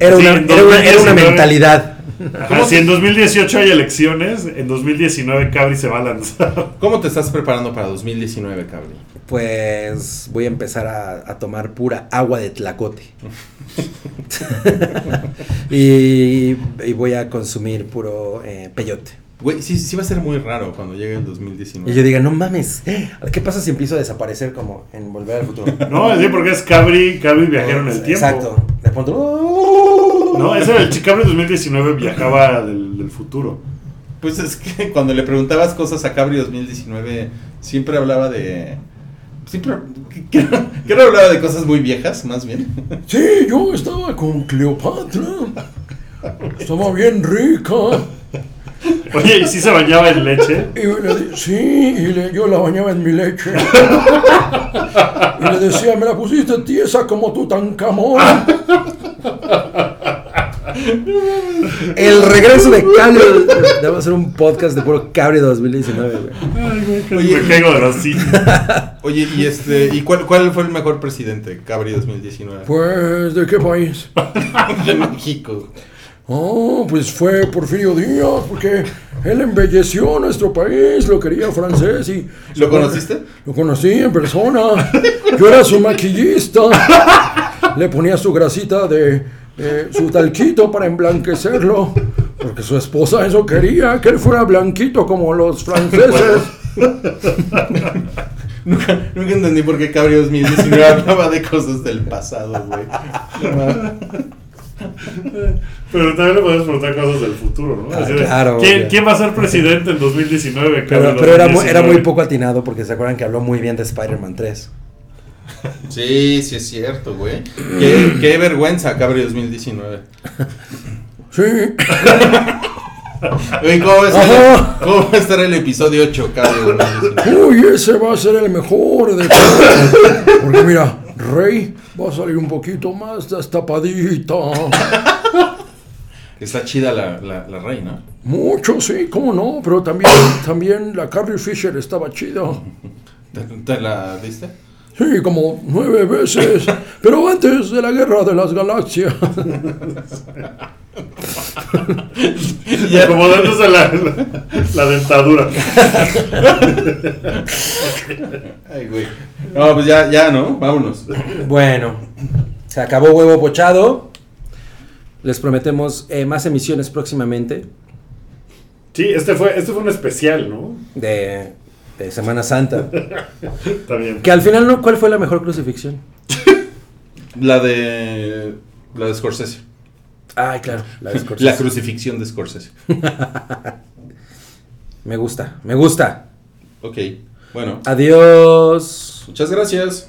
Speaker 2: Era
Speaker 3: Sí,
Speaker 2: una,
Speaker 3: en
Speaker 2: era una- era una
Speaker 3: 2019.
Speaker 2: mentalidad.
Speaker 3: Ajá, si en 2018 hay elecciones, en 2019 Cabri se va a lanzar.
Speaker 5: ¿Cómo te estás preparando para 2019, Cabri?
Speaker 2: Pues voy a empezar a, a tomar pura agua de tlacote. y, y voy a consumir puro eh, peyote.
Speaker 5: Güey, sí, sí va a ser muy raro cuando llegue el
Speaker 2: Y
Speaker 5: 2019.
Speaker 2: yo diga, no mames, ¿eh? ¿qué pasa si empiezo a desaparecer como en Volver al Futuro?
Speaker 3: No, sí, porque es Cabri, Cabri viajero en el tiempo.
Speaker 2: Exacto. De pronto...
Speaker 3: No, ese era el Cabri 2019 viajaba del, del futuro.
Speaker 5: Pues es que cuando le preguntabas cosas a Cabri 2019, siempre hablaba de... Siempre... Que, que no hablaba de cosas muy viejas, más bien.
Speaker 2: Sí, yo estaba con Cleopatra. Estaba bien rica.
Speaker 3: Oye, ¿y si se bañaba en leche?
Speaker 2: Y le di- sí, y le- yo la bañaba en mi leche. Y le decía, me la pusiste tiesa como Tutankamón. El regreso de Cabri. Debemos hacer un podcast de puro Cabri 2019, güey.
Speaker 5: Oye,
Speaker 3: Me caigo de los sillas.
Speaker 5: Oye, ¿y este y cuál, cuál fue el mejor presidente, Cabri 2019?
Speaker 2: Pues, ¿de qué país?
Speaker 5: de México.
Speaker 2: Oh, pues fue Porfirio Díaz, porque él embelleció nuestro país, lo quería francés y...
Speaker 5: ¿Lo conociste?
Speaker 2: Lo conocí en persona. Yo era su maquillista. Le ponía su grasita de, de su talquito para emblanquecerlo. Porque su esposa eso quería, que él fuera blanquito como los franceses.
Speaker 5: Nunca, nunca entendí por qué Cabri 2019 hablaba de cosas del pasado, güey.
Speaker 3: Pero también le podemos preguntar cosas del futuro, ¿no?
Speaker 2: Ah,
Speaker 3: Así de,
Speaker 2: claro,
Speaker 3: ¿quién,
Speaker 2: obvio.
Speaker 3: ¿Quién va a ser presidente en 2019?
Speaker 2: Pero,
Speaker 3: cabrón?
Speaker 2: pero era, muy, era muy
Speaker 3: 2019.
Speaker 2: poco atinado porque se acuerdan que habló muy bien de Spider-Man 3.
Speaker 5: Sí, sí es cierto, güey. Qué, qué vergüenza, Cabri 2019.
Speaker 2: Sí.
Speaker 5: Güey, ¿cómo va a
Speaker 2: Ajá.
Speaker 5: estar, cómo va a estar el episodio 8, Cabri 2019?
Speaker 2: Uy, ese va a ser el mejor de Porque mira, Rey va a salir un poquito más destapadita.
Speaker 5: Está chida la, la, la reina.
Speaker 2: Mucho, sí, cómo no, pero también, también la Carrie Fisher estaba chida.
Speaker 5: ¿Te, te la diste?
Speaker 2: Sí, como nueve veces, pero antes de la Guerra de las Galaxias.
Speaker 3: Acomodándose la, la- La dentadura.
Speaker 4: Ay, güey.
Speaker 5: No, pues ya, ya, ¿no? Vámonos.
Speaker 2: Bueno, se acabó huevo pochado. Les prometemos eh, más emisiones próximamente
Speaker 3: Sí, este fue, este fue un especial, ¿no?
Speaker 2: de, de Semana Santa.
Speaker 3: Está bien.
Speaker 2: Que al final, no, ¿cuál fue la mejor crucifixión?
Speaker 5: La de. La de Scorsese.
Speaker 2: Ay, claro, la de Scorsese.
Speaker 5: La crucifixión de Scorsese.
Speaker 2: Me gusta, me gusta.
Speaker 5: Ok. Bueno,
Speaker 2: Adiós.
Speaker 5: muchas gracias.